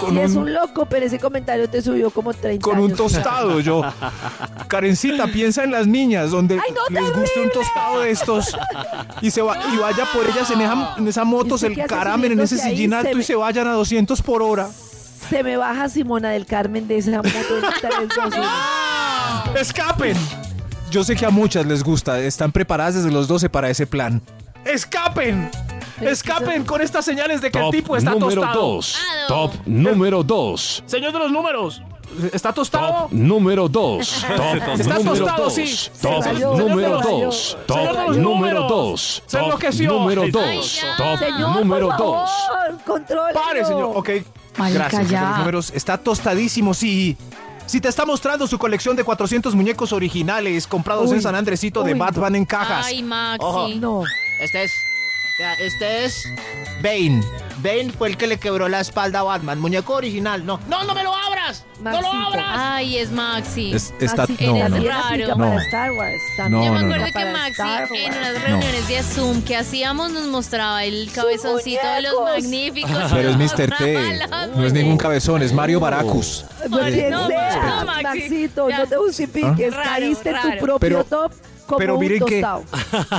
Speaker 3: Si
Speaker 4: con
Speaker 3: es
Speaker 4: un,
Speaker 3: un loco, pero ese comentario te subió como 30
Speaker 4: con un
Speaker 3: años.
Speaker 4: tostado yo Karencita piensa en las niñas donde
Speaker 3: ¡Ay, no,
Speaker 4: les guste un tostado de estos y se va y vaya por ellas en esa, en esa
Speaker 3: ¿Y
Speaker 4: moto
Speaker 3: usted
Speaker 4: se
Speaker 3: qué hace
Speaker 4: encaramen en ese
Speaker 3: subiéndose ahí?
Speaker 4: sillín
Speaker 3: Se
Speaker 4: alto
Speaker 3: me-
Speaker 4: y se vayan a 200 por hora
Speaker 3: Se me baja Simona del Carmen de esa moto en tres, dos, uno. ¡Ah!
Speaker 15: Escapen,
Speaker 4: yo sé que a muchas les gusta están preparadas desde los 12 para ese plan
Speaker 15: escapen, escapen con estas señales de que el
Speaker 18: Top
Speaker 15: tipo está
Speaker 18: número
Speaker 15: tostado.
Speaker 18: 2. Top número 2.
Speaker 15: Señor de los números, ¿está tostado?
Speaker 18: Top número 2.
Speaker 15: Está
Speaker 18: Top número
Speaker 15: tostado,
Speaker 18: 2.
Speaker 15: sí.
Speaker 18: Top
Speaker 15: Señor de los
Speaker 18: número
Speaker 15: números.
Speaker 18: 2.
Speaker 15: Señor de
Speaker 18: Top
Speaker 15: los
Speaker 18: número
Speaker 15: números.
Speaker 18: 2.
Speaker 15: Se
Speaker 18: Top
Speaker 15: enloqueció.
Speaker 18: número
Speaker 15: Ay,
Speaker 18: 2.
Speaker 5: ya.
Speaker 18: Top
Speaker 3: Señor,
Speaker 18: número 2.
Speaker 3: por favor, contrólelo.
Speaker 15: Pare, señor. Ok.
Speaker 4: Marica,
Speaker 15: Gracias.
Speaker 4: ya.
Speaker 15: Los números. Está tostadísimo, sí. Si te está mostrando su colección de 400 muñecos originales comprados
Speaker 3: Uy,
Speaker 15: en San Andresito de
Speaker 3: uy.
Speaker 15: Batman en cajas.
Speaker 5: Ay, Maxi.
Speaker 17: Ojo.
Speaker 3: No.
Speaker 17: Este es. vea, Este es.
Speaker 4: Bane
Speaker 17: Bane fue el que le quebró la espalda a Batman. Muñeco original, no. ¡No, no me lo abras! ¡No lo
Speaker 3: Maxito.
Speaker 17: abras!
Speaker 5: Ay, es Maxi.
Speaker 4: Es- está
Speaker 3: Así
Speaker 4: no,
Speaker 3: era,
Speaker 4: no.
Speaker 3: así era aplica
Speaker 5: No.
Speaker 3: para Star Wars también.
Speaker 5: Yo
Speaker 4: No,
Speaker 5: me
Speaker 4: no,
Speaker 5: acuerdo
Speaker 4: no.
Speaker 5: que
Speaker 3: Para
Speaker 5: Maxi
Speaker 3: Star Wars.
Speaker 5: en unas reuniones de Zoom que hacíamos nos mostraba el cabezoncito de los
Speaker 3: muñecos.
Speaker 5: magníficos.
Speaker 4: pero es
Speaker 5: Nos
Speaker 4: Mr. T
Speaker 5: mostraba los
Speaker 4: no es ningún cabezón es Mario Baracus
Speaker 3: No, quien
Speaker 5: No,
Speaker 3: sea,
Speaker 5: no, Maxi.
Speaker 3: Maxito,
Speaker 5: Ya.
Speaker 3: no te justifiques.
Speaker 5: Raro,
Speaker 3: Caíste en tu
Speaker 5: raro.
Speaker 3: propio
Speaker 4: Pero-
Speaker 3: top como
Speaker 4: pero
Speaker 3: un
Speaker 4: miren que-
Speaker 3: tostado.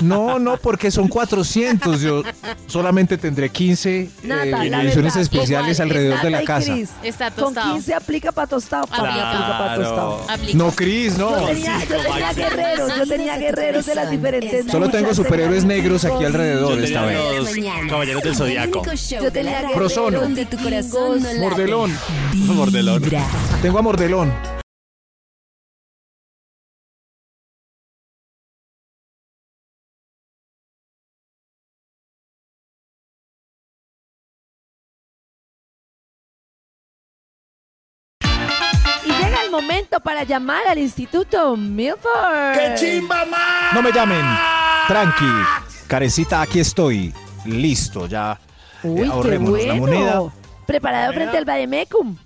Speaker 4: No, no, porque son 400. Yo solamente tendré 15
Speaker 3: Nata,
Speaker 4: eh,
Speaker 3: la verdad,
Speaker 4: ediciones especiales
Speaker 5: igual,
Speaker 4: alrededor de la
Speaker 3: Nata y
Speaker 4: casa.
Speaker 3: Cris,
Speaker 5: Está
Speaker 3: Con
Speaker 5: tostado.
Speaker 3: 15 aplica para tostado. pa-
Speaker 5: Claro.
Speaker 3: Aplica para tostado.
Speaker 5: Aplica.
Speaker 4: No, Cris, no.
Speaker 3: Yo tenía, yo tenía guerreros, yo tenía guerreros de las diferentes.
Speaker 4: Solo tengo
Speaker 3: luchas,
Speaker 4: superhéroes
Speaker 3: tenía
Speaker 4: negros aquí
Speaker 3: vikingos.
Speaker 4: alrededor
Speaker 10: Yo
Speaker 4: esta
Speaker 10: tenía
Speaker 4: vez.
Speaker 10: los Caballeros del Zodiaco.
Speaker 3: Yo tenía guerreros
Speaker 4: Prosono.
Speaker 3: donde tu corazón no late.
Speaker 4: Mordelón.
Speaker 10: Mordelón.
Speaker 4: Tengo a Mordelón.
Speaker 3: momento para llamar al Instituto Milford.
Speaker 4: ¡Qué
Speaker 3: chimba,
Speaker 4: No me llamen. Tranqui. Carecita, aquí estoy. Listo, ya. eh,
Speaker 3: Uy, qué
Speaker 4: ahorrémonos
Speaker 3: bueno.
Speaker 4: la moneda.
Speaker 3: Preparado frente al Bademecum.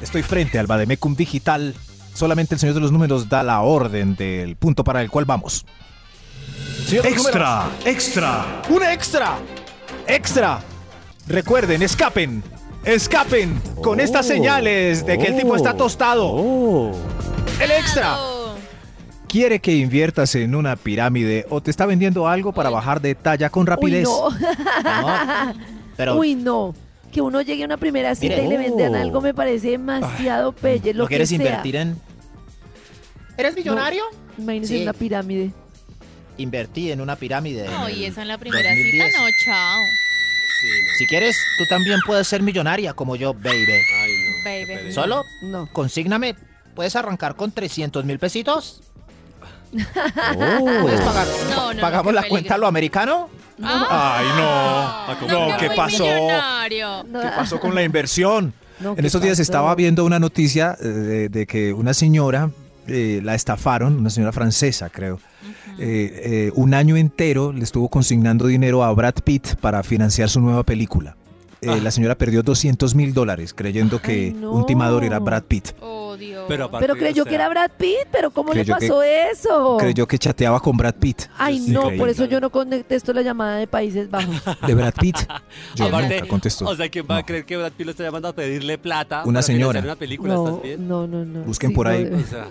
Speaker 4: Estoy frente al Bademecum Digital. Solamente el señor de los números da la orden del punto para el cual vamos. Señor de los
Speaker 19: Extra,
Speaker 4: números.
Speaker 19: extra.
Speaker 4: ¡Un extra! ¡Extra! Recuerden, escapen. ¡Escapen! Con
Speaker 19: Oh,
Speaker 4: estas señales de que el tipo está tostado. ¡El extra! Quiere que inviertas en una pirámide o te está vendiendo algo para bajar de talla con
Speaker 3: Uy,
Speaker 4: rapidez.
Speaker 3: no.
Speaker 4: pero-
Speaker 3: Uy, no. Que uno llegue a una primera cita
Speaker 4: Mire.
Speaker 3: y le vendan
Speaker 4: Oh.
Speaker 3: algo me parece demasiado pelle. Lo,
Speaker 4: ¿Lo quieres
Speaker 3: que sea.
Speaker 4: invertir en?
Speaker 2: ¿Eres
Speaker 3: No,
Speaker 2: millonario?
Speaker 3: imagínese
Speaker 2: Sí.
Speaker 3: una pirámide.
Speaker 2: Invertí en una pirámide. en
Speaker 5: No, Oh, y
Speaker 2: el-
Speaker 5: eso en la primera cita,
Speaker 2: 2010.
Speaker 5: no, chao.
Speaker 2: Si quieres, tú también puedes ser millonaria como yo, baby.
Speaker 5: Baby.
Speaker 2: Solo,
Speaker 3: no.
Speaker 2: consígname. ¿Puedes arrancar con 300 mil pesitos? ¿Puedes pagar?
Speaker 5: No,
Speaker 2: ¿Pagamos
Speaker 5: no, no, qué
Speaker 2: la
Speaker 5: peligro. Ah,
Speaker 2: cuenta a lo americano?
Speaker 4: Ay, no.
Speaker 5: No,
Speaker 4: No,
Speaker 5: que
Speaker 4: Ah, ¿qué
Speaker 5: voy
Speaker 4: pasó?
Speaker 5: millonario.
Speaker 4: ¿Qué pasó con la inversión?
Speaker 3: No,
Speaker 4: en
Speaker 3: ¿qué
Speaker 4: estos días
Speaker 3: pasó?
Speaker 4: estaba viendo una noticia eh, de, de que una señora eh, la estafaron, una señora francesa, creo. Eh, eh, un año entero le estuvo consignando dinero a Brad Pitt para financiar su nueva película. Eh,
Speaker 3: Ah.
Speaker 4: La señora perdió 200 mil dólares creyendo que un timador era Brad Pitt.
Speaker 5: Oh,
Speaker 10: Pero,
Speaker 3: Pero creyó que era Brad Pitt, pero ¿cómo le
Speaker 4: Creyó que-
Speaker 3: pasó eso?
Speaker 4: Creyó que chateaba con Brad Pitt.
Speaker 3: Ay, no, por
Speaker 4: Increíble.
Speaker 3: eso yo no contesto la llamada de Países Bajos.
Speaker 4: De Brad Pitt. Yo
Speaker 10: Aparte,
Speaker 4: nunca contesto.
Speaker 10: O sea, ¿quién va a creer que Brad Pitt lo está llamando a pedirle plata?
Speaker 4: Una
Speaker 10: para financiar
Speaker 4: señora.
Speaker 10: Una película,
Speaker 3: No,
Speaker 10: ¿estás bien?
Speaker 3: no, no, no.
Speaker 4: Busquen
Speaker 3: Sí,
Speaker 4: por
Speaker 3: no,
Speaker 4: ahí.
Speaker 3: de-
Speaker 10: O sea,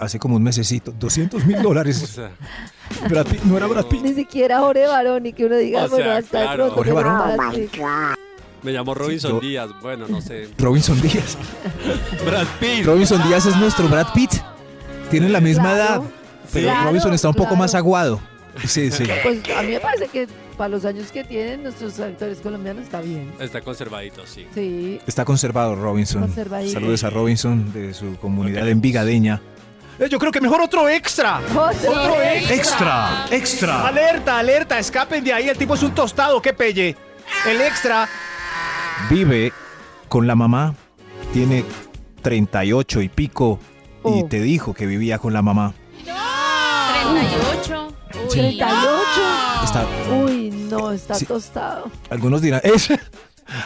Speaker 4: Hace como un mesecito. 200 mil dólares. Brad Pitt, no era Brad Pitt.
Speaker 3: Ni siquiera Jorge Barón y que uno diga,
Speaker 10: O sea,
Speaker 3: bueno, hasta
Speaker 10: claro.
Speaker 3: pronto.
Speaker 4: Jorge
Speaker 3: pero
Speaker 4: Barón.
Speaker 3: Brad Pitt.
Speaker 10: me llamó Robinson
Speaker 4: yo-
Speaker 10: Díaz. Bueno, no sé.
Speaker 4: Robinson Díaz.
Speaker 10: Brad Pitt.
Speaker 4: Robinson Díaz es nuestro Brad Pitt. Tienen la misma edad, pero
Speaker 3: claro,
Speaker 4: Robinson está un poco
Speaker 3: claro.
Speaker 4: más aguado. Sí, sí.
Speaker 3: Pues a mí me parece que para los años que tienen nuestros actores colombianos está bien.
Speaker 10: Está conservadito, sí.
Speaker 3: Sí.
Speaker 4: Está conservado Robinson.
Speaker 3: Conservadito.
Speaker 4: Saludos a Robinson de su comunidad en Vigadeña.
Speaker 2: Eh, Yo creo que mejor otro extra.
Speaker 3: Otro
Speaker 19: Extra, extra.
Speaker 2: Alerta, alerta, escapen de ahí. El tipo es un tostado, qué pelle. El extra.
Speaker 4: Vive con la mamá, tiene 38 y pico
Speaker 3: Oh.
Speaker 4: y te dijo que vivía con la mamá.
Speaker 5: 38. Uy. Ah.
Speaker 3: 38.
Speaker 4: Está,
Speaker 3: Uy, no, está
Speaker 4: Sí.
Speaker 3: tostado.
Speaker 4: algunos dirán, es-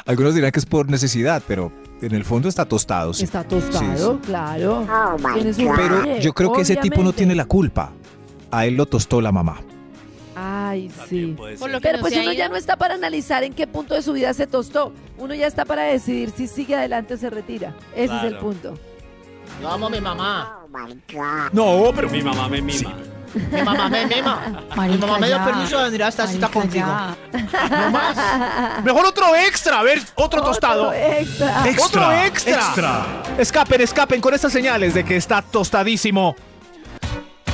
Speaker 4: algunos dirán que es por necesidad, pero en el fondo está tostado. sí.
Speaker 3: Está
Speaker 4: Sí,
Speaker 3: tostado,
Speaker 4: sí.
Speaker 3: claro. Tiene su
Speaker 4: Pero
Speaker 3: valle,
Speaker 4: yo creo que ese tipo no
Speaker 3: obviamente.
Speaker 4: tiene la culpa. A él lo tostó la mamá.
Speaker 3: Ay, sí.
Speaker 5: Por lo que
Speaker 3: Pero
Speaker 5: no
Speaker 3: pues
Speaker 5: se ha
Speaker 3: uno ya
Speaker 5: ido.
Speaker 3: no está para analizar en qué punto de su vida se tostó. Uno ya está para decidir si sigue adelante o se retira. Ese es el
Speaker 10: Claro.
Speaker 3: punto.
Speaker 2: Yo amo a mi mamá.
Speaker 4: No, pero
Speaker 10: Mi mamá me mima.
Speaker 2: Mi mamá me mima. mi mamá me dio
Speaker 20: ya.
Speaker 2: permiso de venir a esta cita contigo. No más.
Speaker 4: Mejor otro extra, a ver, otro,
Speaker 3: Otro extra.
Speaker 4: Otro extra.
Speaker 19: extra.
Speaker 4: Escapen, escapen con estas señales de que está tostadísimo.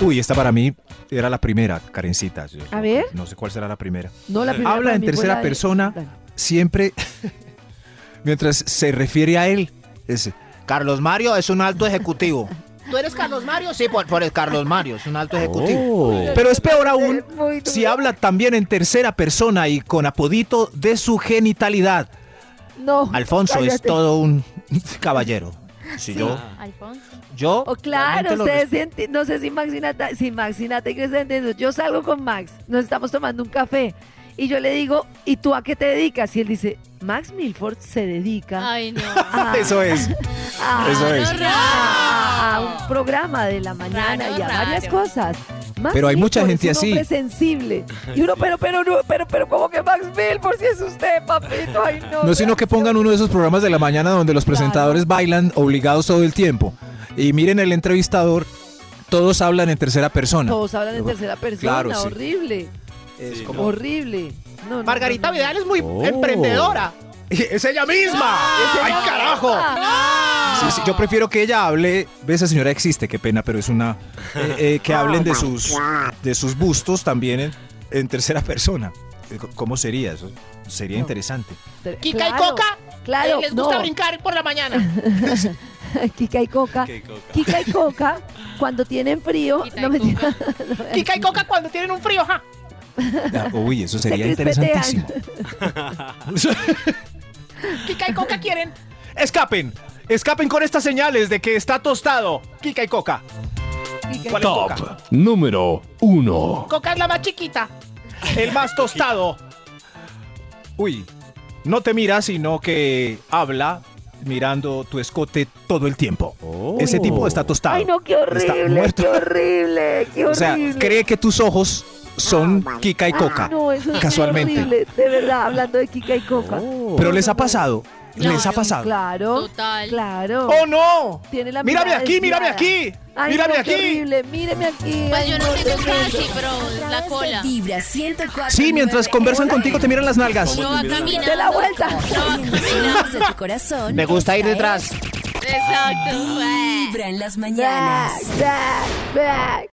Speaker 4: Uy, esta para mí era la primera, Karencita. Yo
Speaker 3: A ver.
Speaker 4: No sé cuál será la primera.
Speaker 3: No, la primera
Speaker 4: Habla
Speaker 3: para
Speaker 4: en
Speaker 3: mí fue
Speaker 4: tercera
Speaker 3: la de-
Speaker 4: persona siempre mientras se refiere a él. Es,
Speaker 2: Carlos Mario es un alto ejecutivo. ¿Tú eres Carlos Mario? Sí, por, por el Carlos Mario, es un alto ejecutivo.
Speaker 4: Pero es peor aún si habla también en tercera persona y con apodito de su genitalidad.
Speaker 3: No.
Speaker 2: Alfonso es
Speaker 3: cállate.
Speaker 2: todo un caballero. Si yo,
Speaker 5: Alfonso.
Speaker 2: yo.
Speaker 3: O Oh, claro,
Speaker 2: realmente lo
Speaker 3: ustedes
Speaker 2: respeto.
Speaker 3: enti- no sé si Max y Nata, si Max y Nata que se entienden. Yo salgo con Max, nos estamos tomando un café y yo le digo, ¿y tú a qué te dedicas? Y él dice, Max Milford se dedica
Speaker 5: Ay, no.
Speaker 3: a,
Speaker 4: Eso es.
Speaker 3: a-
Speaker 4: Eso es.
Speaker 3: a- a un programa de la mañana
Speaker 5: Raro,
Speaker 3: y a varias
Speaker 5: raro.
Speaker 3: cosas. Max
Speaker 4: Pero hay mucha
Speaker 3: Milford
Speaker 4: gente
Speaker 3: es un
Speaker 4: así.
Speaker 3: hombre sensible. Y uno, pero, pero, no, pero, pero, ¿cómo que Max Milford si es usted, papito? Ay, no.
Speaker 4: No, sino que pongan uno de esos programas de la mañana donde los presentadores bailan obligados todo el tiempo. Y miren el entrevistador, todos hablan en tercera persona.
Speaker 3: Todos hablan en tercera persona,
Speaker 4: Claro, sí.
Speaker 3: horrible.
Speaker 4: Es
Speaker 3: Horrible. No, no,
Speaker 2: Margarita
Speaker 3: no, no.
Speaker 2: Vidal es muy
Speaker 4: Oh.
Speaker 2: emprendedora. Ah.
Speaker 4: ¡Es ella misma!
Speaker 2: ¡Ay, carajo!
Speaker 4: Sí, sí, yo prefiero que ella hable. Ve, esa señora existe, qué pena, pero es una. eh, eh, que hablen de sus, de sus bustos también en, en tercera persona. Eh, c- ¿Cómo sería eso? Sería interesante.
Speaker 3: Tre-
Speaker 2: Kika y
Speaker 3: claro,
Speaker 2: Coca eh,
Speaker 3: Claro,
Speaker 2: les
Speaker 3: no.
Speaker 2: gusta brincar por la mañana.
Speaker 3: Kika y Coca.
Speaker 10: Qué coca.
Speaker 3: Kika y Coca, cuando tienen frío,
Speaker 5: Kika y
Speaker 3: no me digan.
Speaker 2: Kika y Coca cuando tienen un frío, ja.
Speaker 4: Ah, Uy, eso
Speaker 3: Se
Speaker 4: sería
Speaker 3: crispetean.
Speaker 4: interesantísimo.
Speaker 2: Kika y Coca quieren.
Speaker 4: Escapen,
Speaker 21: Escapen con estas señales de que está tostado. Kika y Coca. ¿Cuál es
Speaker 22: Top
Speaker 21: Coca?
Speaker 22: número 1.
Speaker 21: Coca es la más chiquita. El más tostado.
Speaker 4: Uy, no te mira, sino que habla mirando tu escote todo el tiempo.
Speaker 22: Oh.
Speaker 4: Ese tipo está tostado.
Speaker 3: Ay, no, qué
Speaker 4: Está
Speaker 3: horrible,
Speaker 4: muerto.
Speaker 3: qué horrible, qué horrible.
Speaker 4: O sea, cree que tus ojos son Kika y
Speaker 3: Ah,
Speaker 4: Coca,
Speaker 3: no, eso es
Speaker 4: casualmente. Oh.
Speaker 3: horrible, de verdad, hablando de Kika y Coca.
Speaker 4: Pero les ha pasado, les ha
Speaker 3: Claro,
Speaker 4: pasado.
Speaker 3: Claro. Claro.
Speaker 21: ¡Oh, no!
Speaker 3: Tiene la
Speaker 21: Mírame
Speaker 3: mirada
Speaker 21: aquí, mírame
Speaker 3: desviada.
Speaker 21: aquí,
Speaker 3: Ay,
Speaker 21: mírame
Speaker 3: no, qué
Speaker 21: aquí.
Speaker 3: horrible, míreme aquí.
Speaker 5: Pues
Speaker 3: Ay,
Speaker 5: yo no
Speaker 3: no,
Speaker 5: tengo
Speaker 3: qué
Speaker 5: casi,
Speaker 3: horrible.
Speaker 5: pero la cola.
Speaker 2: Vibra 104.
Speaker 4: Sí, mientras conversan contigo te miran las nalgas.
Speaker 5: No va a caminar.
Speaker 3: De la vuelta.
Speaker 2: Sonidos de tu corazón.
Speaker 21: Me gusta ir detrás.
Speaker 5: Exacto.
Speaker 2: Vibra en las mañanas.
Speaker 3: Back, back, back.